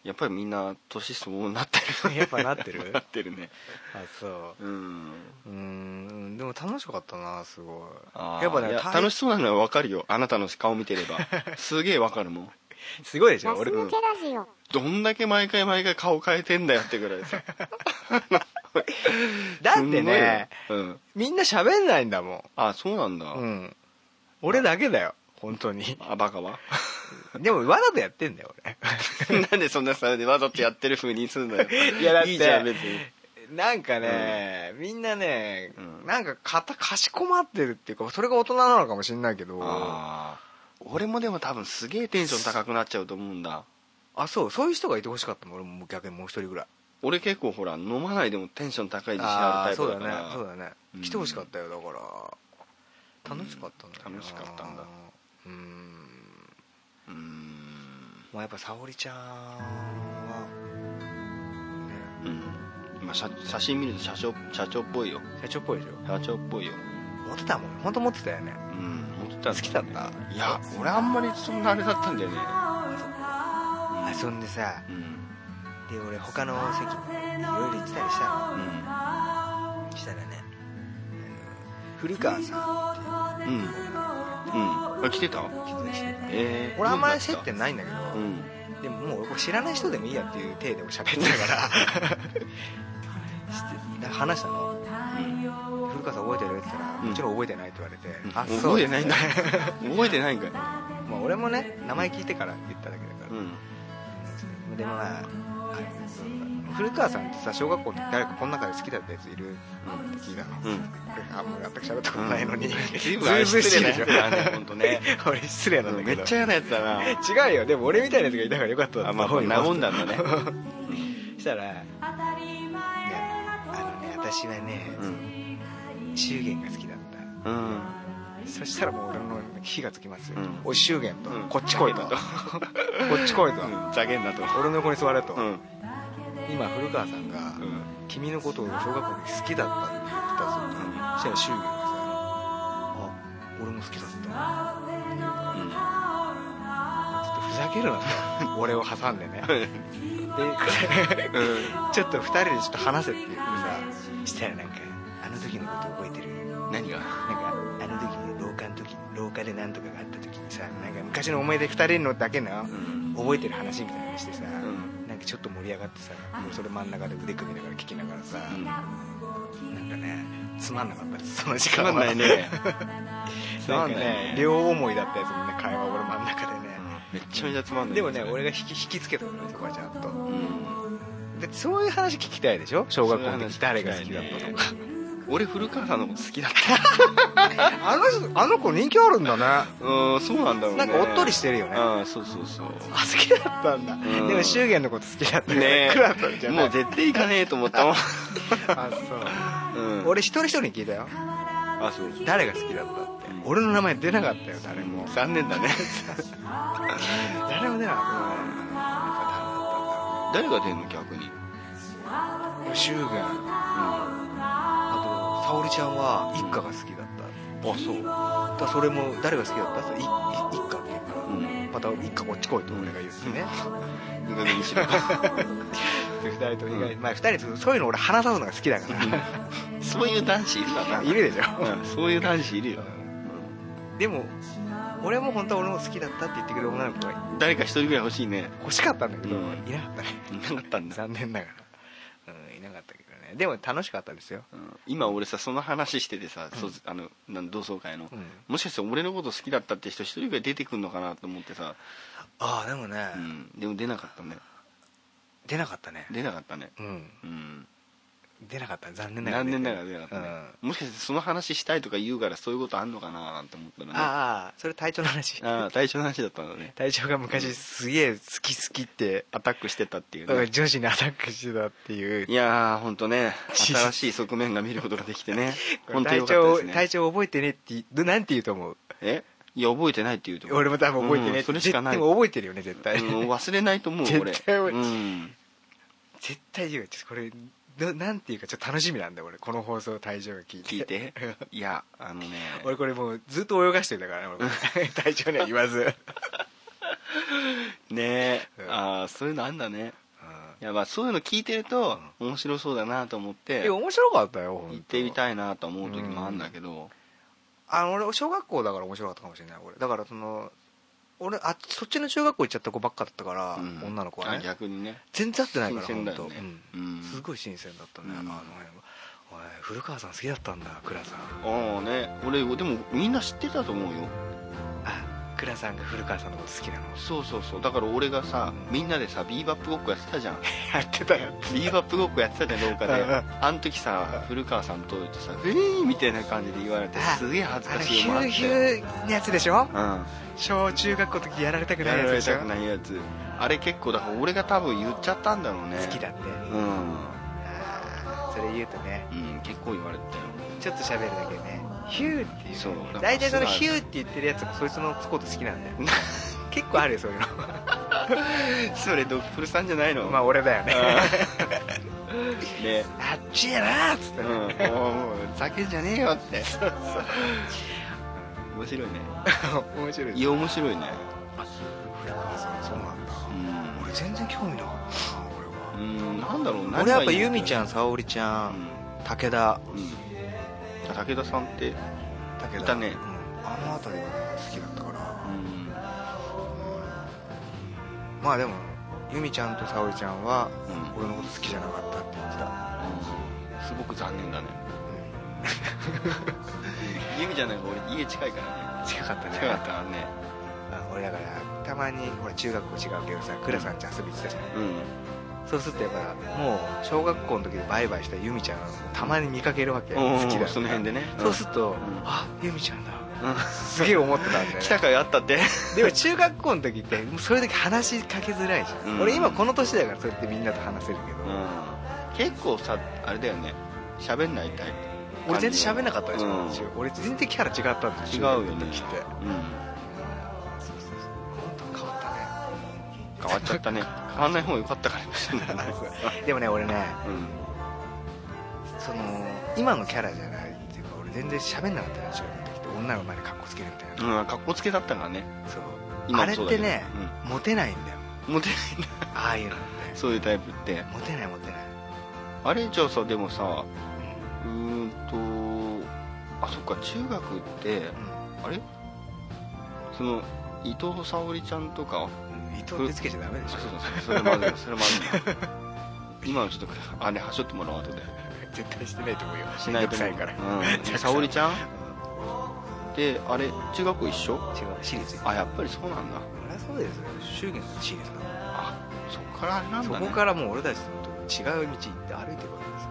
Speaker 3: やっぱりみんな年相応になってる
Speaker 4: やっぱなって る
Speaker 3: なってるね
Speaker 4: あそう
Speaker 3: うん
Speaker 4: うーんでも楽しかったなすご
Speaker 3: あー
Speaker 4: いやっぱ
Speaker 3: い
Speaker 4: ね大
Speaker 3: 楽しそうなのは分かるよあなたの顔見てれ ばすげえ分かるもん
Speaker 4: すごいでし
Speaker 5: ガ
Speaker 4: ょ
Speaker 5: ス
Speaker 4: 俺
Speaker 5: 抜けラジオ。
Speaker 3: どんだけ毎回毎回顔変えてんだよってぐらいさ
Speaker 4: だってね
Speaker 3: すんごいようん
Speaker 4: みんな喋んないんだも
Speaker 3: あそうなんだ、
Speaker 4: んうん俺だけだよ本当に
Speaker 3: あバカは
Speaker 4: でもわざとやってんだよ
Speaker 3: なんでそんなさわざとやってる風にするんだよ
Speaker 4: いやだって
Speaker 3: いいじゃん別に
Speaker 4: 俺 なんかね、みんなね、
Speaker 3: うん
Speaker 4: なんかかたかしこまってるっていうかそれが大人なのかもしれないけどあ
Speaker 3: あー俺もでも多分すげえテンション高くなっちゃうと思うんだ
Speaker 4: そうそういう人がいてほしかったもん俺も逆にもう一人ぐらい
Speaker 3: 俺結構ほら飲まないでもテンション高い自信あ
Speaker 4: ああー
Speaker 3: るタイ
Speaker 4: そ
Speaker 3: プだ
Speaker 4: うだ
Speaker 3: か
Speaker 4: ね
Speaker 3: ら
Speaker 4: そうだね、
Speaker 3: うん
Speaker 4: 来てほしかったよだから楽しかったんだよな、
Speaker 3: うん楽しかったんだ
Speaker 4: うん
Speaker 3: うーん
Speaker 4: もうやっぱ沙織ちゃんは、ね、
Speaker 3: うんまあ写写真見ると社長社長っぽいよ
Speaker 4: 社長っぽいでしょ
Speaker 3: 社長っぽいよ
Speaker 4: 持ってたもん本当持ってたよね
Speaker 3: うん本当
Speaker 4: 好
Speaker 3: だね
Speaker 4: きだった
Speaker 3: いや俺あんまりそんなあれだったんだよね
Speaker 4: 遊んでさ
Speaker 3: うん
Speaker 4: で俺他の席いろいろ行ってたりしたの
Speaker 3: うん
Speaker 4: したらねうん古川さん
Speaker 3: うんうんあ来てた
Speaker 4: 来てたし
Speaker 3: ええ
Speaker 4: 俺あんまり接点ないんだけ
Speaker 3: う
Speaker 4: ど、
Speaker 3: ん
Speaker 4: でももう俺これ知らない人でもいいやっていう体でも喋ってたから してだから話したの「古川さん覚えてる?」って言ったら「
Speaker 3: ん
Speaker 4: もちろん覚えてない」って言われて「あそう
Speaker 3: 覚えてないんだ覚えてないんかい
Speaker 4: まあ、俺もね名前聞いてから言っただけだから、
Speaker 3: うん
Speaker 4: でもまああれ古川さんってさ小学校って誰かこの中で好きだったやついるって聞いたの、
Speaker 3: うん
Speaker 4: あもう全く喋ったことないのに、
Speaker 3: 随分あれ
Speaker 4: ずうずう
Speaker 3: 失
Speaker 4: しい
Speaker 3: 礼な
Speaker 4: でしょ
Speaker 3: やつだね本当 ね
Speaker 4: 俺失礼なんだ
Speaker 3: め
Speaker 4: けど
Speaker 3: っちゃ嫌なやつだな
Speaker 4: 違うよでも俺みたいなやつがいたからよかった
Speaker 3: あまあ
Speaker 4: そういう
Speaker 3: 和んだんだ ね
Speaker 4: したら「いやあのね私はね、
Speaker 3: うん
Speaker 4: 祝言が好きだった」
Speaker 3: うん
Speaker 4: そしたらもう俺の火がつきますよ、
Speaker 3: うん
Speaker 4: おい祝言と、
Speaker 3: うん
Speaker 4: こっち来いとこっち来いと、
Speaker 3: うんざけんなと
Speaker 4: 俺の横に座れと、
Speaker 3: うん
Speaker 4: 今古川さんが、
Speaker 3: うん
Speaker 4: 君のことを小学校の時好きだったって言ったぞ、そしたら祝言がさあ俺も好きだった
Speaker 3: うん
Speaker 4: ちょっとふざけるなと俺を挟んでねでちょっと2人でちょっと話せって言ってさしたらなんかあの時のこと覚えてる
Speaker 3: 何が
Speaker 4: なんかあの時の廊下の時廊下で何とかがあった時にさなんか昔の思い出2人のだけの
Speaker 3: ん
Speaker 4: 覚えてる話みたいなのしてさ、
Speaker 3: ん
Speaker 4: なんかちょっと盛り上がってさもうそれ真ん中で腕組みながら聞きながらさ、
Speaker 3: うん
Speaker 4: なんかねつまんなかったですその時
Speaker 3: つ
Speaker 4: 間
Speaker 3: ま
Speaker 4: は
Speaker 3: んない ねつ
Speaker 4: な
Speaker 3: まん
Speaker 4: ん
Speaker 3: な
Speaker 4: か
Speaker 3: い
Speaker 4: ね
Speaker 3: ね
Speaker 4: 両思いだったやつもね会話俺真ん中でね、
Speaker 3: めっちゃめちゃつまんない
Speaker 4: でもね俺が引き引きつけたのねそこはちゃんと
Speaker 3: うん
Speaker 4: でそういう話聞きたいでしょ小学校の時
Speaker 3: そうい
Speaker 4: 誰
Speaker 3: う話
Speaker 4: が好きだったとか、
Speaker 3: 俺古川さんのこと好きだっ
Speaker 4: あの人あの子人気あるん だね
Speaker 3: たうんそうなんだろうね
Speaker 4: なんかおっとりしてるよね
Speaker 3: うんそうそう そう
Speaker 4: あ好きだったんだ、
Speaker 3: ん
Speaker 4: でも祝言のこと好きだったから
Speaker 3: ね
Speaker 4: クラトンじゃない
Speaker 3: もう絶対行かねえと思ったもん
Speaker 4: あ
Speaker 3: う
Speaker 4: そうん俺一人一人に聞いたよ
Speaker 3: あそう
Speaker 4: 誰が好きだったって俺の名前出なかったよ誰も
Speaker 3: 残念 だね
Speaker 4: 誰も出なかった
Speaker 3: 誰が出んの逆に
Speaker 4: うんやっぱ誰だったんだろう祝言あと沙織ちゃんは一家が好きだった
Speaker 3: あそう
Speaker 4: だからそれも誰が好きだったっていい一家って言うから、
Speaker 3: うん
Speaker 4: また一家こっち来いと俺が言ってね、
Speaker 3: 二度目にしろ
Speaker 4: で二人と意外、まあ二人とそういうの俺話さすのが好きだか
Speaker 3: そういう男子いるだ
Speaker 4: らいるでしょ
Speaker 3: なうんそういう男子いるよ
Speaker 4: でも俺も本当は俺も好きだったって言ってくれる女の子が
Speaker 3: 誰か一人ぐらい欲しいね
Speaker 4: 欲しかったんだけど、
Speaker 3: うん
Speaker 4: いなかったね
Speaker 3: いなかったんだ
Speaker 4: 残念ながら、うん、いなかったけどねでも楽しかったですよ
Speaker 3: うん今俺さその話しててさ、そうあのなん同窓会の、
Speaker 4: うん
Speaker 3: もしかして俺のこと好きだったって人一人ぐらい出てくるのかなと思ってさ、
Speaker 4: ああでもね、
Speaker 3: うん、でも出なかったね
Speaker 4: 出なかったね
Speaker 3: 出なかったね
Speaker 4: うん
Speaker 3: うん
Speaker 4: 出なかった残念ながら
Speaker 3: 残
Speaker 4: 出
Speaker 3: 念
Speaker 4: て
Speaker 3: な
Speaker 4: な
Speaker 3: いがら出なかったね
Speaker 4: うん、
Speaker 3: もしかしてその話したいとか言うからそういうことあんのかななんて思ったらね
Speaker 4: ああそれ体調の話
Speaker 3: ああ対象の話だったんだね
Speaker 4: 隊長が昔すげえ好き好きって、
Speaker 3: アタックしてたっていう
Speaker 4: う
Speaker 3: ね
Speaker 4: ん女子にアタックしてたっていう
Speaker 3: いやー本当ね新しい側面が見ることができて ね本当
Speaker 4: 隊
Speaker 3: よかった
Speaker 4: 長
Speaker 3: です
Speaker 4: 隊
Speaker 3: ね
Speaker 4: 長覚えてねってどなんて言うと思う
Speaker 3: えいや覚えてないって言うと思う
Speaker 4: 俺も多分覚えてね
Speaker 3: うん
Speaker 4: って、
Speaker 3: それしかない
Speaker 4: でも覚えてるよね絶対、
Speaker 3: うん忘れないと 思う俺
Speaker 4: 絶対覚え
Speaker 3: うん
Speaker 4: 絶対言うよちょっとこれどなんていうかちょっと楽しみなんだ俺この放送隊長が聞いて
Speaker 3: 聞いていやあのね
Speaker 4: 俺これもうずっと泳がしてるんだからね 俺隊長には言わず、
Speaker 3: ねえ
Speaker 4: うん
Speaker 3: ああそういうのあんだねいやまあそういうの聞いてると面白そうだなと思っ
Speaker 4: うん、い
Speaker 3: て
Speaker 4: や
Speaker 3: 行
Speaker 4: 面白かったよ本当
Speaker 3: ってみたいなと思う時もあるんだけど
Speaker 4: あの俺小学校だから面白かったかもしれない俺だからその俺あそっちの中学校行っちゃった子ばっかだったから、
Speaker 3: うん
Speaker 4: 女の子は
Speaker 3: あ
Speaker 4: ね
Speaker 3: 逆にね
Speaker 4: 全然会ってないから
Speaker 3: 新鮮だ
Speaker 4: 本当、
Speaker 3: よね
Speaker 4: う
Speaker 3: うんん
Speaker 4: すごい新鮮だったね、
Speaker 3: うん
Speaker 4: あの辺はおい古川さん好きだったんだ倉さん
Speaker 3: ああね俺でもみんな知ってたと思うよ
Speaker 4: あ倉さんが古川さんのこと好きなの
Speaker 3: そうそうそうだから俺がさみんなでさビーバップごっこやってた じゃん
Speaker 4: やってたよ
Speaker 3: ビーバップごっこやってたじゃん廊下であの時さ古川さんとってさ「ウェイ!」みたいな感じで言われて
Speaker 4: あ
Speaker 3: すげえ恥ず
Speaker 4: あの
Speaker 3: かしい
Speaker 4: ヒ
Speaker 3: 思
Speaker 4: ュ
Speaker 3: い
Speaker 4: ーヒ
Speaker 3: して
Speaker 4: ューのやつでしょ
Speaker 3: うん
Speaker 4: 小中学校の時やられたく
Speaker 3: や
Speaker 4: ないや
Speaker 3: ら
Speaker 4: つ
Speaker 3: れ
Speaker 4: でしたょ
Speaker 3: くないやつあれ結構だから俺が多分言っちゃったんだろうね
Speaker 4: 好きだって、
Speaker 3: うん
Speaker 4: あーそれ言うとね
Speaker 3: うん結構言われたよ
Speaker 4: ちょっと喋るだけでねヒューっていうね
Speaker 3: そう
Speaker 4: 大体そのヒューって言ってるやつもそいつのこと好きなん だよ結構あるよそういう
Speaker 3: それドッフルさんじゃないの
Speaker 4: のまあ俺だよね
Speaker 3: ね
Speaker 4: あっちやなーっつっ
Speaker 3: う
Speaker 4: て
Speaker 3: ん
Speaker 4: ね、
Speaker 3: もうもうふざけんじゃねえよって面白いね
Speaker 4: 面白い
Speaker 3: い
Speaker 4: よ
Speaker 3: や面白いね
Speaker 4: 古川さんそうなんだ
Speaker 3: うん
Speaker 4: 俺全然興味なかったな俺は
Speaker 3: うんなんだろう
Speaker 4: 俺やっぱ由美ちゃ
Speaker 3: ん
Speaker 4: ん沙織ちゃ、
Speaker 3: うんん
Speaker 4: 武田
Speaker 3: うん武田さんって
Speaker 4: 武田
Speaker 3: いたね
Speaker 4: うん、あの辺りがね好きだったから
Speaker 3: うん
Speaker 4: まあでも由美ちゃんと沙織ちゃんは
Speaker 3: うん
Speaker 4: 俺のこと好きじゃなかったって言ってた、
Speaker 3: すごく残念だね由美ちゃんなんか俺家近いからね
Speaker 4: 近かったね
Speaker 3: 近かったからね
Speaker 4: あ俺だからたまにほら中学校違うけどさ倉さんち遊びに行ってたじゃない、
Speaker 3: うん
Speaker 4: そうするとやっぱもう小学校の時でバイバイした由美ちゃんをたまに見かけるわけ、
Speaker 3: うん
Speaker 4: 好きだ
Speaker 3: その辺でね
Speaker 4: そうすると、
Speaker 3: ん
Speaker 4: あ由美ちゃんだ
Speaker 3: うん
Speaker 4: すげえ思ってたんだよ、ね、
Speaker 3: 来たかいあったって
Speaker 4: でも中学校の時ってもうそういう時話しかけづらいじゃん、
Speaker 3: うん
Speaker 4: 俺今この年だからそうやってみんなと話せるけど、
Speaker 3: うん結構さあれだよね喋んないタイプ
Speaker 4: 俺全然喋んなかったでしょ、
Speaker 3: うん
Speaker 4: 一応俺全然キャラ違ったんだよ
Speaker 3: 違うよね
Speaker 4: 中学校の時
Speaker 3: う
Speaker 4: って
Speaker 3: ん
Speaker 4: そうそうそう本当変わった
Speaker 3: 変わっちゃった ね変わんない方が良かったからもしれないね
Speaker 4: ねでもね俺ね
Speaker 3: うん
Speaker 4: その今のキャラじゃないっていうか俺全然喋んなかったよ中学校の時って女の前で格好つけるみたいな、
Speaker 3: うん格好つけだったからね
Speaker 4: そう
Speaker 3: 今
Speaker 4: あ
Speaker 3: も
Speaker 4: れっ
Speaker 3: そうだけ
Speaker 4: て
Speaker 3: ど
Speaker 4: ね、モテないんだよ
Speaker 3: うんモテないんだ
Speaker 4: ああいうのって
Speaker 3: そういうタイプって
Speaker 4: モテないモテない
Speaker 3: あれじゃあさでもさうーんとあそっか中学ってあれその伊藤沙織ちゃんとか
Speaker 4: うん、伊藤ってつけちゃダメでし
Speaker 3: そ
Speaker 4: ょ
Speaker 3: うそうそうそれもあ るよそれもあるよ今のちょっとあれ端折ってもらおう後で
Speaker 4: 絶対してないと思うよ
Speaker 3: しないと
Speaker 4: めんどくさいから、
Speaker 3: うん、沙織ちゃんであれ中学校一緒
Speaker 4: 違う私立
Speaker 3: あやっぱりそうなんだ
Speaker 4: そりゃそうですよ祝言の私立だもん
Speaker 3: あそこからあれなんだ、ね、
Speaker 4: そこからもう俺たちと違う道行って歩いてるわけですよ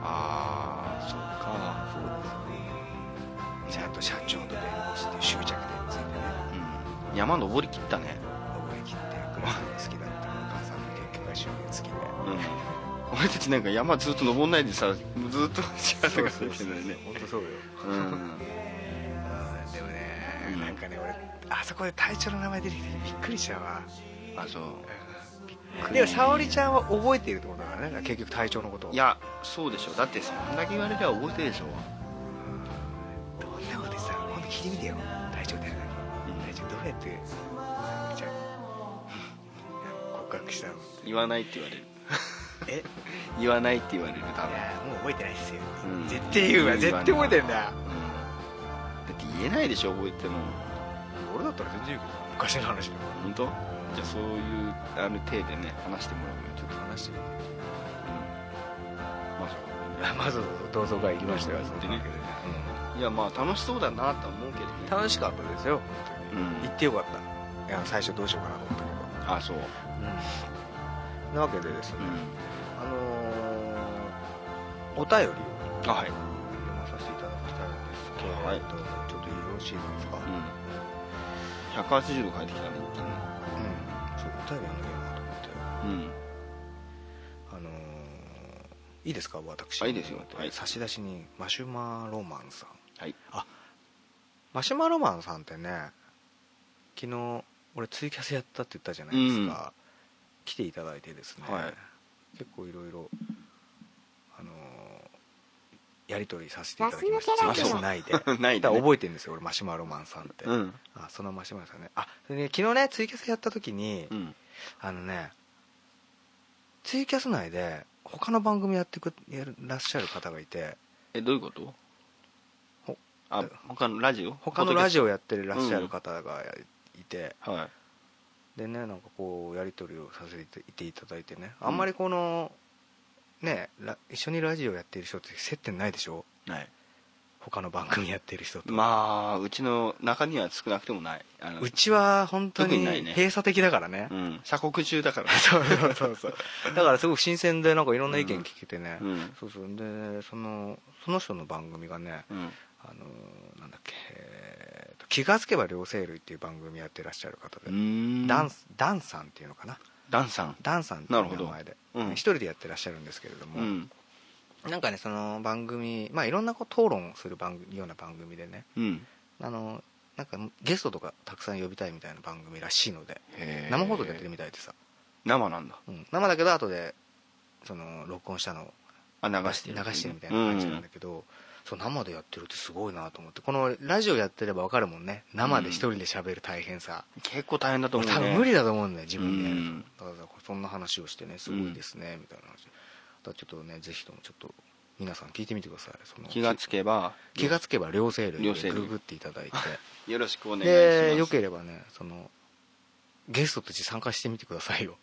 Speaker 3: ああそっ
Speaker 4: ちゃんと社長と弁護士っていう執着点ついてね
Speaker 3: か、うん、山登りきったね、
Speaker 4: 思い切って倉さんが好きだったお母さんも結局は執念好きで
Speaker 3: う ん、俺たちなんか山ずっと登んないでさずっと幸せがするけどね
Speaker 4: 本当そうよ
Speaker 3: うん
Speaker 4: うんでもね、
Speaker 3: うん
Speaker 4: なんかね俺あそこで隊長の名前出てきてびっくりしたわ
Speaker 3: あそう
Speaker 4: でも沙織ちゃんは覚えているってことだからね結局隊長のことを
Speaker 3: いやそうでしょだってそんだけ言われりゃ覚えてるでしょ
Speaker 4: どんなこと言ってたの今度聞いてみてよ隊長だよ
Speaker 3: うん
Speaker 4: 隊長どうやってじゃあ告白したの
Speaker 3: 言わないって言われる
Speaker 4: え
Speaker 3: 言わないって言われる多
Speaker 4: い
Speaker 3: 分
Speaker 4: やもう覚えてないっすよ、
Speaker 3: うん
Speaker 4: 絶対言うわ
Speaker 3: うん
Speaker 4: 絶対覚えてんだ
Speaker 3: だって言えないでしょ覚えても
Speaker 4: 俺だったら全然言うけど昔の話でも
Speaker 3: 本当じゃあそういうあの手でね話してもらうよちょっと
Speaker 4: 話してみて
Speaker 3: まあそう
Speaker 4: まず同窓会行きましたよ
Speaker 3: うん
Speaker 4: そんなわけでね
Speaker 3: いやまあ楽しそうだなとは思うけどね
Speaker 4: うん楽しかったですよ
Speaker 3: うん
Speaker 4: 行ってよかったいや最初どうしようかなと思ったけ
Speaker 3: あそう
Speaker 4: どなわけでですね
Speaker 3: う
Speaker 4: あのーお便りを
Speaker 3: あはい
Speaker 4: 読まさせていただきたいんですけれど、
Speaker 3: はい
Speaker 4: ちょっとよろしいですか、
Speaker 3: う
Speaker 4: うん
Speaker 3: ん180度変えてきたね一気に
Speaker 4: ちょっとお便り読んでみようかなと思って
Speaker 3: うん
Speaker 4: あのーいいですか私
Speaker 3: あいいですよはい
Speaker 4: 差し出しにマシュマロマンさん
Speaker 3: はい
Speaker 4: マシュマロマンさんってね昨日俺ツイキャスやったって言ったじゃないですか、来ていただいてですね、
Speaker 3: はい
Speaker 4: 結構いろいろあのーやり取りさせてい
Speaker 5: ガ
Speaker 4: ただ
Speaker 5: ス
Speaker 4: きま
Speaker 5: 抜
Speaker 4: し
Speaker 5: け
Speaker 4: た
Speaker 5: ラ
Speaker 4: ツ
Speaker 5: ジオ
Speaker 4: イキャスないでだか
Speaker 3: ない
Speaker 4: ら
Speaker 3: だ
Speaker 4: 覚えてるんですよ俺マシュマロマンさんって、
Speaker 3: うん
Speaker 4: あそのマシュマロさんねあでね昨日ねツイキャスやった時に、
Speaker 3: うん
Speaker 4: あのねツイキャス内で他の番組やってくやるらっしゃる方がいて
Speaker 3: えどういうこと
Speaker 4: ほ
Speaker 3: あ他のラジオ
Speaker 4: 他のラジ
Speaker 3: オ
Speaker 4: オやってらっしゃる方がいて、
Speaker 3: はい
Speaker 4: でねなんかこうやり取りをさせていただいてねあんまりこの、ねラ一緒にラジオやってる人って接点ないでしょ
Speaker 3: ない
Speaker 4: 他の番組やってる人と、
Speaker 3: まあうちの中には少なくてもないあの
Speaker 4: うちは本当
Speaker 3: 特
Speaker 4: に
Speaker 3: にないね
Speaker 4: 閉鎖的だからね
Speaker 3: うん鎖国中だから
Speaker 4: そうそうそうそうだからすごく新鮮でなんかいろんな意見聞けてね、
Speaker 3: うん
Speaker 4: そうそうでそのその人の番組がね
Speaker 3: うん
Speaker 4: あのーなんだっけ、えーと気がつけば両生類っていう番組やってらっしゃる方
Speaker 3: う
Speaker 4: で、
Speaker 3: ーん
Speaker 4: ダンスダンさんっていうのかな
Speaker 3: ダンさん
Speaker 4: ダンさんっていう
Speaker 3: なるほ
Speaker 4: 名
Speaker 3: ど
Speaker 4: 前で
Speaker 3: うん
Speaker 4: 一人でやってらっしゃるんですけれど
Speaker 3: う
Speaker 4: も、
Speaker 3: ん
Speaker 4: なんかねその番組まあいろんなこう討論する番組ような番組でね
Speaker 3: うん
Speaker 4: あのなんかゲストとかたくさん呼びたいみたいな番組らしいので
Speaker 3: へー
Speaker 4: 生放送でやってるみたいでさ、
Speaker 3: 生なんだ
Speaker 4: うん生だけど後でその録音したのを
Speaker 3: あ流
Speaker 4: 流
Speaker 3: してる
Speaker 4: してるみたいな感じなんだけど、そう生でやってるってすごいなと思ってこのラジオやってれば分かるもんね生で一人で喋る大変さ、
Speaker 3: うん結構大変だと
Speaker 4: 俺
Speaker 3: 思う
Speaker 4: 多
Speaker 3: ね
Speaker 4: 分無理だと思うんだよ自分でやる
Speaker 3: うん
Speaker 4: と、だからそんな話をしてねすごいですね、みたいな話だからちょっとねぜひともちょっと皆さん聞いてみてくださいその
Speaker 3: 気がつけば
Speaker 4: 気がつけば両生類
Speaker 3: 両
Speaker 4: で
Speaker 3: 生類
Speaker 4: ググっていた だいて
Speaker 3: よろしくお願いします
Speaker 4: でよければねそのゲストとして参加してみてくださいよ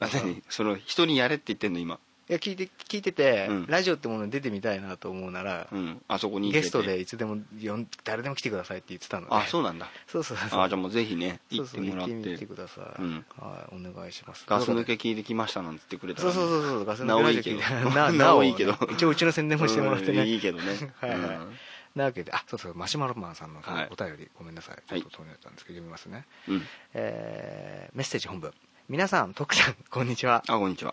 Speaker 3: あ何その人にやれって言ってんの今
Speaker 4: いや聞いて聞いてて、
Speaker 3: うん
Speaker 4: ラジオってものに出てみたいなと思うなら、
Speaker 3: うんあそこに行け
Speaker 4: ゲ
Speaker 3: て
Speaker 4: ストでいつでも呼ん誰でも来てくださいって言ってたので
Speaker 3: あそうなんだ
Speaker 4: そうそうそう
Speaker 3: あじゃあもうぜひね
Speaker 4: そ
Speaker 3: 行
Speaker 4: う
Speaker 3: っ
Speaker 4: そ
Speaker 3: て
Speaker 4: う
Speaker 3: もらっ
Speaker 4: 行ってみて
Speaker 3: て
Speaker 4: くださ
Speaker 3: う
Speaker 4: い、
Speaker 3: ん
Speaker 4: はいお願いします
Speaker 3: ガス抜け聞いてきましたなんて言ってくれた
Speaker 4: そ
Speaker 3: ら
Speaker 4: う
Speaker 3: ね
Speaker 4: そうそうそうガス抜け
Speaker 3: なおいいけど
Speaker 4: ラジ オ聞いて
Speaker 3: な
Speaker 4: なな
Speaker 3: お
Speaker 4: お
Speaker 3: いいけど
Speaker 4: 一応うちの宣伝もしてもらってね、
Speaker 3: うんいいけどね
Speaker 4: はいはい
Speaker 3: うん
Speaker 4: なわけであそうそうマシュマロマンさんの
Speaker 3: はい
Speaker 4: お便りごめんなさいちょ
Speaker 3: はい
Speaker 4: っと飛んでたんですけど読みますね、
Speaker 3: うん
Speaker 4: えーメッセージ本文皆さん徳さんこんにちは
Speaker 3: あこんにちは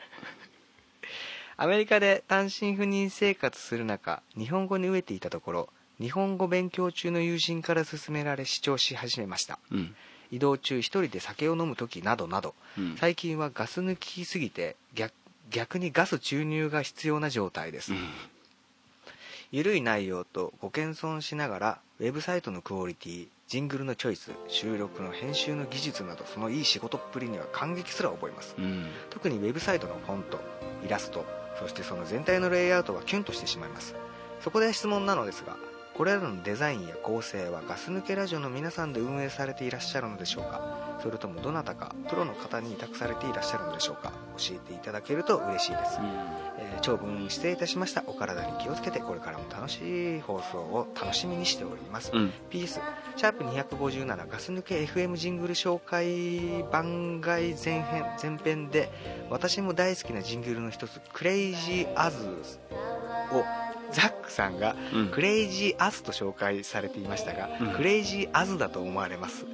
Speaker 4: アメリカで単身赴任生活する中日本語に飢えていたところ日本語勉強中の友人から勧められ視聴し始めました
Speaker 3: うん
Speaker 4: 移動中一人で酒を飲む時などなど
Speaker 3: うん
Speaker 4: 最近はガス抜きすぎて逆逆にガス注入が必要な状態です、
Speaker 3: うん
Speaker 4: ゆるい内容とご謙遜しながらウェブサイトのクオリティジングルのチョイス収録の編集の技術などそのいい仕事っぷりには感激すら覚えます
Speaker 3: うん
Speaker 4: 特にウェブサイトのフォントイラストそしてその全体のレイアウトはキュンとしてしまいますそこで質問なのですがこれらのデザインや構成はガス抜けラジオの皆さんで運営されていらっしゃるのでしょうかそれともどなたかプロの方に委託されていらっしゃるのでしょうか教えていただけると嬉しいです、えー長文失礼いたしましたお体に気をつけてこれからも楽しい放送を楽しみにしております、
Speaker 3: うん
Speaker 4: PS シャープ257ガス抜け FM ジングル紹介番外前編前編で私も大好きなジングルの一つ「クレイジーアズ」をザックさんが
Speaker 3: う
Speaker 4: 「クレイジーアズ」と紹介されていましたが、
Speaker 3: うん
Speaker 4: クレイジーアズだと思われます、
Speaker 3: ん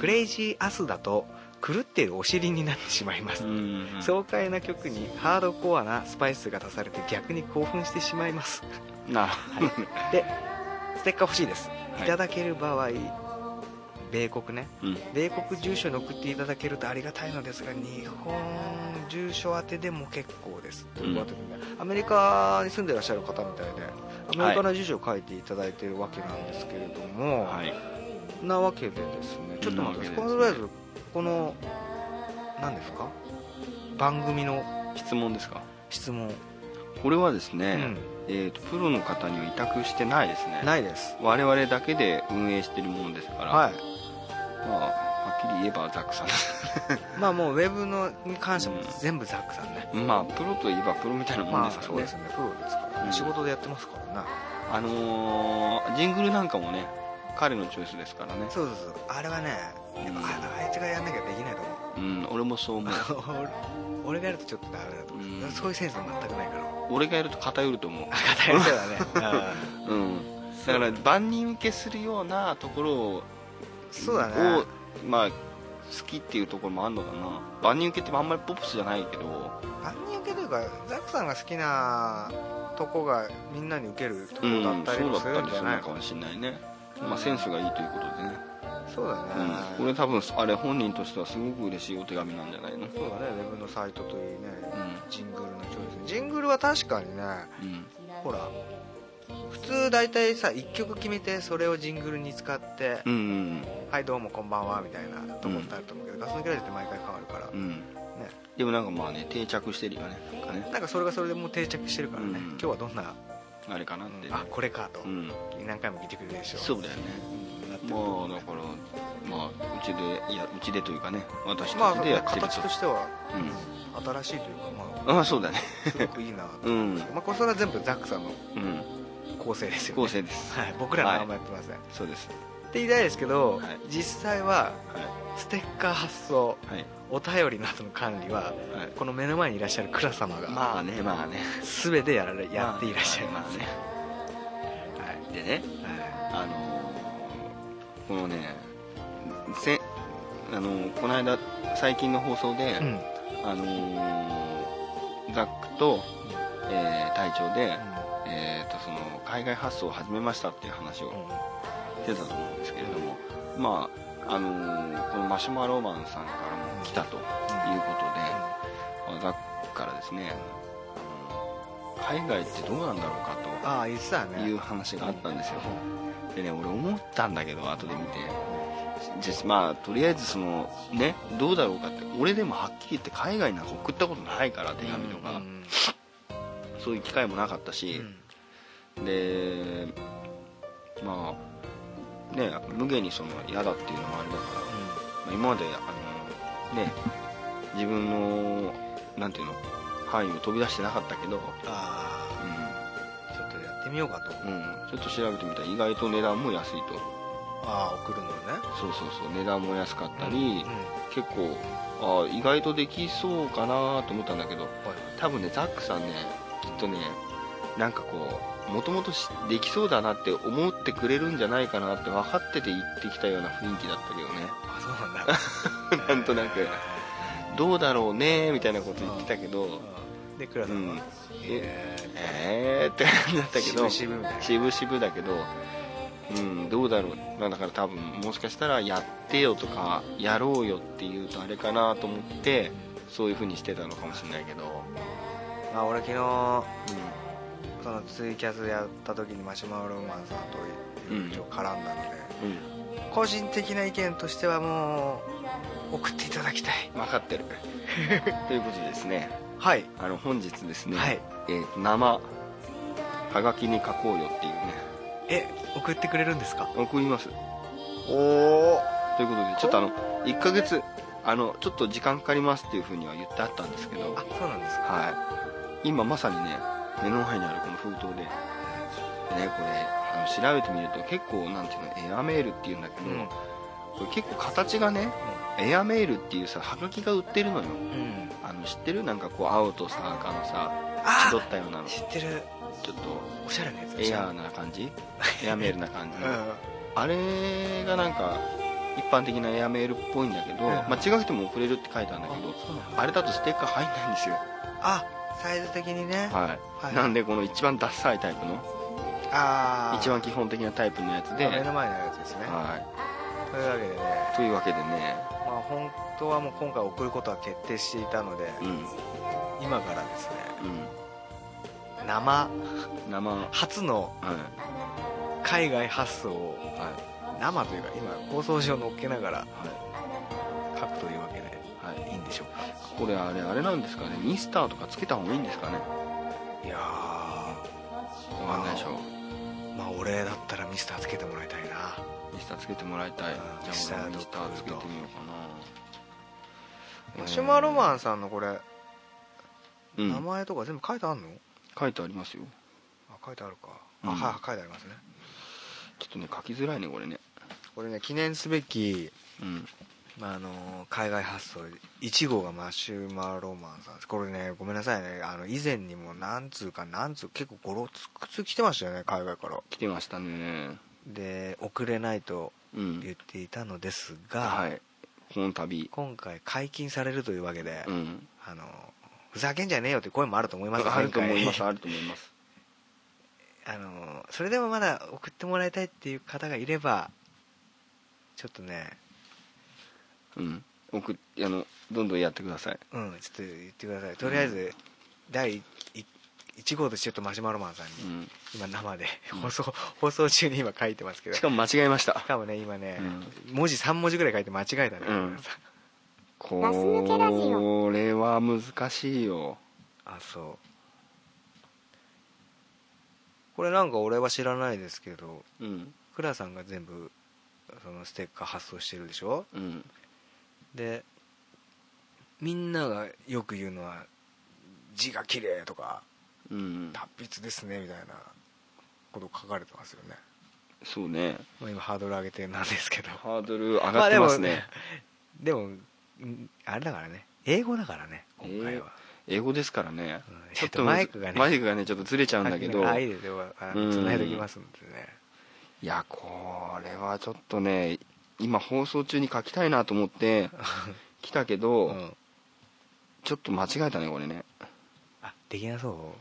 Speaker 4: クレイジーアズだと狂っているお尻になってしまいます、
Speaker 3: うん
Speaker 4: 爽快な曲にハードコアなスパイスが足されて逆に興奮してしまいます
Speaker 3: な
Speaker 4: でステッカー欲しいです、
Speaker 3: い
Speaker 4: い、ただける場合米国ね
Speaker 3: うん
Speaker 4: 米国住所に送っていただけるとありがたいのですが日本住所宛てでも結構です、ということでねアメリカに住んでらっしゃる方みたいでアメリカの住所を書いていただいてるわけなんですけれども、
Speaker 3: はい
Speaker 4: なわけでですねちょっと待って
Speaker 3: な
Speaker 4: こ
Speaker 3: わけで
Speaker 4: のとりあえずこの何ですか番組の
Speaker 3: 質問ですか
Speaker 4: 質問、
Speaker 3: これはです
Speaker 4: う
Speaker 3: ね
Speaker 4: ん
Speaker 3: えーとプロの方には委託してないですね
Speaker 4: ないです
Speaker 3: 我々だけで運営してるものですから
Speaker 4: はい
Speaker 3: まあはっきり言えばザックさんです
Speaker 4: まあもうウェブのに関しても全部ザックさんね、
Speaker 3: まあプロといえばプロみたいなもん
Speaker 4: ま
Speaker 3: で
Speaker 4: あ
Speaker 3: すから
Speaker 4: そうです
Speaker 3: ね
Speaker 4: ねプロですからね、
Speaker 3: うん
Speaker 4: 仕事でやってますからな
Speaker 3: あのージングルなんかもね彼のチョイスですからね
Speaker 4: そうそうそうあれはねやっぱああいつがやんなきゃできないと思
Speaker 3: う
Speaker 4: う
Speaker 3: ん俺も そう思う
Speaker 4: 俺俺がやるとちょっとダメだと思う、
Speaker 3: うん
Speaker 4: そういうセンス全くないから
Speaker 3: 俺がやると偏ると思う
Speaker 4: 偏りそうだね あ
Speaker 3: うんだから万人受けするようなところを
Speaker 4: ーそうだね
Speaker 3: をまあ好きっていうところもあるのかな万人受けってあんまりポップスじゃないけど
Speaker 4: 万人受けというかザクさんが好きなとこがみんなに受けると
Speaker 3: う
Speaker 4: こ
Speaker 3: ん
Speaker 4: だった
Speaker 3: そ
Speaker 4: り
Speaker 3: うだ
Speaker 4: も
Speaker 3: っ
Speaker 4: す
Speaker 3: た
Speaker 4: るん
Speaker 3: り
Speaker 4: じ
Speaker 3: す
Speaker 4: ゃ
Speaker 3: る
Speaker 4: ない
Speaker 3: の
Speaker 4: の
Speaker 3: かもしれないねまあセンスがいいということでね、
Speaker 4: そうだね、
Speaker 3: うん、俺多分あれ本人としてはすごく嬉しいお手紙なんじゃないのうん
Speaker 4: そうだねウェブのサイトというねジングルのチョイスジングルは確かにね
Speaker 3: うん
Speaker 4: ほら普通大体さ1曲決めてそれをジングルに使って
Speaker 3: うんうん
Speaker 4: 「はいどうもこんばんは」みたいなとこってあると思うけどガス抜けラジオって毎回変わるから
Speaker 3: うん、でもなんかまあね定着してるよねなんかね
Speaker 4: なんかそれがそれでもう定着してるからね
Speaker 3: うん
Speaker 4: 今日はどんな
Speaker 3: あれかなってね
Speaker 4: あこれかと
Speaker 3: うん
Speaker 4: 何回も聞いてくれるでしょ
Speaker 3: そうだよね
Speaker 4: なってると
Speaker 3: ま
Speaker 4: 思
Speaker 3: あ
Speaker 4: う
Speaker 3: だからまあうちでいやうちでというかね私
Speaker 4: ま
Speaker 3: た
Speaker 4: あ
Speaker 3: ちでやってると、
Speaker 4: 形としては
Speaker 3: うん
Speaker 4: 新しいというかま
Speaker 3: ああそうだね
Speaker 4: あすごくいいなと
Speaker 3: うんうん
Speaker 4: まあこれそれは全部ザックさんの構成ですよ
Speaker 3: 構
Speaker 4: ね
Speaker 3: 成です
Speaker 4: はい僕らの名前やってません
Speaker 3: そうです
Speaker 4: って言いたいですけど、
Speaker 3: はい
Speaker 4: 実際は
Speaker 3: は
Speaker 4: ステッカー発送
Speaker 3: いはい
Speaker 4: お便りなどの管理は
Speaker 3: はい
Speaker 4: この目の前にいらっしゃる倉様が
Speaker 3: まあねまあね
Speaker 4: 全てやられやっていらっしゃいます、
Speaker 3: まあねはいでね
Speaker 4: は
Speaker 3: あのーこのねせあのーこの間最近の放送で、
Speaker 4: いうん
Speaker 3: あのーザックと、えー隊長で、えー、とその海外発送を始めましたっていう話をしてたと思うんですけれども、まああのーこのマシュマロマンさんからも来たということで、ザックからですねあの海外ってどうなんだろうかと
Speaker 4: ああ言ってた
Speaker 3: い
Speaker 4: ね
Speaker 3: う話があったんですよでね俺思ったんだけど後で見てじゃあまあとりあえずそのねどうだろうかって俺でもはっきり言って海外なんか送ったことないから手紙とか、
Speaker 4: うん
Speaker 3: そういう機会もなかったし、でまあね無限にその嫌だっていうのもあれだから、まあ今まであのね自分のなんていうの範囲を飛び出してなかったけど、
Speaker 4: あ
Speaker 3: う
Speaker 4: あちょっとやってみようかと
Speaker 3: んうん、ちょっと調べてみたら意外と値段も安いと
Speaker 4: ああ送るのね
Speaker 3: そうそうそう値段も安かったり、
Speaker 4: うん
Speaker 3: 結構あー意外とできそうかなと思ったんだけど
Speaker 4: はい
Speaker 3: 多分ねザックさんねきっとねなんかこうもともとできそうだなって思ってくれるんじゃないかなって分かってて行ってきたような雰囲気だったけどね
Speaker 4: あそうなん だ
Speaker 3: なんとなくどうだろうねみたいなこと言ってたけど
Speaker 4: うんで倉
Speaker 3: う
Speaker 4: 様
Speaker 3: ん
Speaker 4: はえー
Speaker 3: えーって感じだったけど
Speaker 4: 渋々みたいな
Speaker 3: 渋々だけどうんどうだろうまあだから多分もしかしたらやってよとかやろうよっていうとあれかなと思ってそういう風にしてたのかもしれないけど
Speaker 4: まあ俺昨日そのツイキャスやった時にマシュマロマンさんと一応絡んだので、
Speaker 3: うん、
Speaker 4: 個人的な意見としてはもう送っていただきたい
Speaker 3: 分かっ てるということでですね
Speaker 4: はい、
Speaker 3: あの本日ですね、
Speaker 4: はい
Speaker 3: えーと生はがきに書こうよっていうね
Speaker 4: え送ってくれるんですか
Speaker 3: 送ります
Speaker 4: おお
Speaker 3: ということでちょっとあの1ヶ月あのちょっと時間かかりますっていうふうには言ってあったんですけど
Speaker 4: あそうなんですか
Speaker 3: はい、今まさにね目の前にあるこの封筒で、ね、これあの調べてみると結構なんていうのエアメールっていうんだけど、
Speaker 4: うん
Speaker 3: これ結構形がね、エアメールっていうさはがきが売ってるのよ
Speaker 4: うん
Speaker 3: あの知ってるなんかこう青とさ赤のさ
Speaker 4: あ
Speaker 3: 千取ったようなのち
Speaker 4: 知ってる
Speaker 3: ょっと
Speaker 4: おしゃれなやつ
Speaker 3: エアーな感じエアメールな感じ
Speaker 4: う
Speaker 3: の、
Speaker 4: ん
Speaker 3: あれがなんか一般的なエアメールっぽいんだけど、
Speaker 4: うん
Speaker 3: まあ、違くても送れるって書いてあるんだけどあれだとステッカー入んないんですよ、
Speaker 4: あサイズ的にね、
Speaker 3: はい
Speaker 4: はい
Speaker 3: なんでこの一番ダサいタイプの
Speaker 4: ああ
Speaker 3: 一番基本的なタイプのやつで、
Speaker 4: 目の前にあるやつですね、
Speaker 3: は
Speaker 4: というわけでね、
Speaker 3: い、というわけでね、
Speaker 4: まあ、本当はもう今回送ることは決定していたので、
Speaker 3: うん
Speaker 4: 今からですね生
Speaker 3: うん、生、は
Speaker 4: 初の
Speaker 3: い
Speaker 4: 海外発送を
Speaker 3: は
Speaker 4: 生というか今放送上乗っけながら
Speaker 3: いは
Speaker 4: 書くというわけで
Speaker 3: いはい
Speaker 4: いいんでしょうか
Speaker 3: これあれあれなんですかねミスターとかつけた方がいいんですかね
Speaker 4: いやー
Speaker 3: わかんないでしょ
Speaker 4: まあ俺だったらミスターつけてもらいたいな
Speaker 3: ミスターつけてもらいたい
Speaker 4: あー
Speaker 3: じゃあ俺もミ
Speaker 4: ミ
Speaker 3: ス
Speaker 4: ス
Speaker 3: タ
Speaker 4: タ
Speaker 3: ー
Speaker 4: ー
Speaker 3: つけてみようかな
Speaker 4: マシュマロマ
Speaker 3: ン、
Speaker 4: ンさんのこれ、
Speaker 3: う
Speaker 4: 名
Speaker 3: ん、
Speaker 4: 前とか全部書いてあるの
Speaker 3: 書いてありますよ
Speaker 4: あ書いてあるか、
Speaker 3: う
Speaker 4: あ
Speaker 3: ん
Speaker 4: はい書いてありますね
Speaker 3: ちょっとね書きづらいねこれね
Speaker 4: これね記念すべき
Speaker 3: うん
Speaker 4: まあ、あの海外発送1号がマシュマロマンさんですこれねごめんなさいねあの以前にも何通か何通結構56通来てましたよね海外から
Speaker 3: 来てましたね
Speaker 4: で遅れないと
Speaker 3: うん
Speaker 4: 言っていたのですが、
Speaker 3: はいこの度
Speaker 4: 今回解禁されるというわけで、
Speaker 3: うん
Speaker 4: あのふざけんじゃねえよって声もあると思いますが
Speaker 3: あると思います
Speaker 4: 前
Speaker 3: あ
Speaker 4: 回
Speaker 3: ると思います
Speaker 4: あのそれでもまだ送ってもらいたいっていう方がいればちょっとね
Speaker 3: うん送っあのどんどんやってください
Speaker 4: うんちょっと言ってくださいとりあえず、第1号としてちょっとマシュマロマンさんに、
Speaker 3: うん
Speaker 4: 今生で
Speaker 3: うん
Speaker 4: 放送、放送中に今書いてますけど
Speaker 3: し
Speaker 4: し
Speaker 3: かも間違えました
Speaker 4: かもね今ね、文字3文字ぐらい書いて間違えたね、
Speaker 3: うん
Speaker 5: ガス抜けラジオ
Speaker 3: これは難しいよ
Speaker 4: あそうこれなんか俺は知らないですけど
Speaker 3: うん
Speaker 4: クラさんが全部そのステッカー発送してるでしょ
Speaker 3: うん
Speaker 4: でみんながよく言うのは字が綺麗とか
Speaker 3: うん
Speaker 4: 達筆ですねみたいなこと書かれてますよね、
Speaker 3: そうね
Speaker 4: まあ、今ハードル上げてなんですけど
Speaker 3: ハードル上がってますね
Speaker 4: でもんあれだからね英語だからね今回は、
Speaker 3: 英語ですからね
Speaker 4: うん
Speaker 3: ちょっ
Speaker 4: ちょっと
Speaker 3: と
Speaker 4: マイクがね
Speaker 3: マイクがねちょっとずれちゃうんだけど
Speaker 4: あいいですよあ
Speaker 3: うん
Speaker 4: の繋いでおきますんでね
Speaker 3: いやこれはちょっとね今放送中に書きたいなと思 って来たけど、
Speaker 4: うん
Speaker 3: ちょっと間違えたねこれね
Speaker 4: あできなそ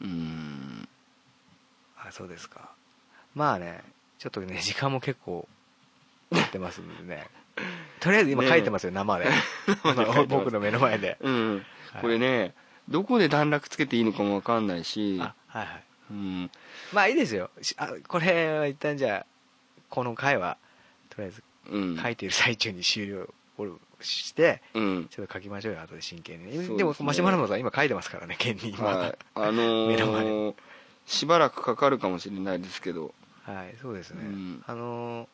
Speaker 4: う
Speaker 3: うーん
Speaker 4: あそうですかまあねちょっとね時 間も結構やってますんでねとりあえず今
Speaker 3: ねえ
Speaker 4: 書いてますよ生で
Speaker 3: で書いてます
Speaker 4: 僕の目の前で
Speaker 3: うん、
Speaker 4: はい
Speaker 3: これねどこで段落つけていいのかもわかんないし
Speaker 4: あはいはい
Speaker 3: うん
Speaker 4: まあいいですよしあこれは一旦じゃあこの回はとりあえず
Speaker 3: うん
Speaker 4: 書いてる最中に終了をして
Speaker 3: うん
Speaker 4: ちょっと書きましょうよ後で真剣に
Speaker 3: そうですね
Speaker 4: でもマシュマロマンさん今書いてますからね剣に今
Speaker 3: はいあの
Speaker 4: 目の前
Speaker 3: ー、しばらくかかるかもしれないですけど
Speaker 4: はい、そうですね。
Speaker 3: うん
Speaker 4: あのー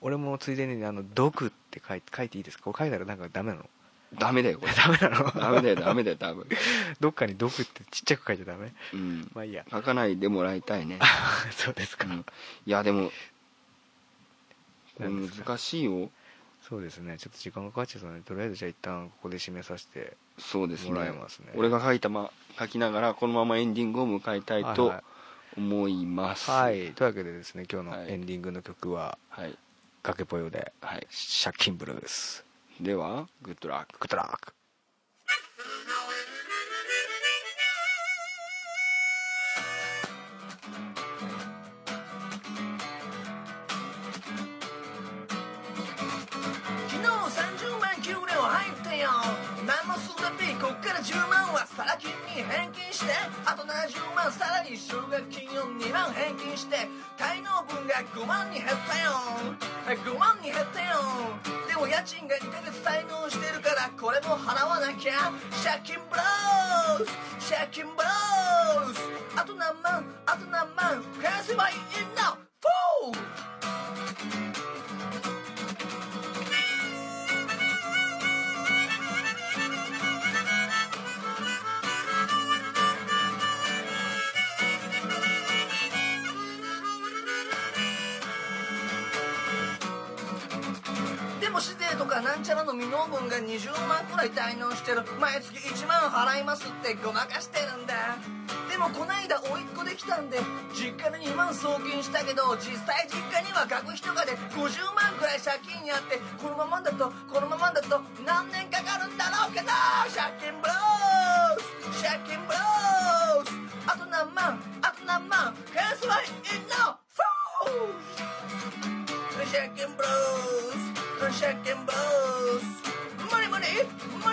Speaker 4: 俺もついでにねあの毒って書いて書いていいですか？これ書いたらなんかダメなの？
Speaker 3: ダメだよこれ
Speaker 4: ダメなの？
Speaker 3: ダメだよダメだよ多分
Speaker 4: どっかに毒ってちっちゃく書いちゃダメ？
Speaker 3: うん
Speaker 4: まあいいや。
Speaker 3: 書かないでもらいたいね、
Speaker 4: そうです
Speaker 3: う
Speaker 4: か。
Speaker 3: んいやでもこれ
Speaker 4: 何ですか
Speaker 3: 難しいよ
Speaker 4: そうですね。ちょっと時間がかかっちゃったのでとりあえずじゃあ一旦ここで締めさせて
Speaker 3: そうですね
Speaker 4: もらえますね
Speaker 3: 俺が書いた、ま、書きながらこのままエンディングを迎えたいと
Speaker 4: はい
Speaker 3: 思います
Speaker 4: はい、はいというわけでですね今日
Speaker 3: は
Speaker 4: の
Speaker 3: い
Speaker 4: エンディングの曲は
Speaker 3: はい、
Speaker 4: 崖ぽよで
Speaker 3: はい
Speaker 4: 借金ブルース。
Speaker 3: ではグッドラック
Speaker 4: グッドラック。
Speaker 2: 昨日30万給料入ったよ何のすんだピーこっから10万はサラ金に返金してあと70万さらに奨学金を2万返金して滞納分が5万に減ったよ5万に減ったよでも家賃が2ヶ月滞納してるからこれも払わなきゃ借金ブロース借金ブロースあと何万あと何万返せばいいんだフォーでも市税とかなんちゃらの未納分が20万くらい滞納してる毎月1万払いますってごまかしてるんだでもこないだ甥っ子できたんで実家に2万送金したけど実際実家には学費とかで50万くらい借金やってこのままだとこのままだと何年かかるんだろうけど借金ブロース借金ブロースあと何万あと何万返すわいいんだフォー Shaking bros, shaking bros. Money, money,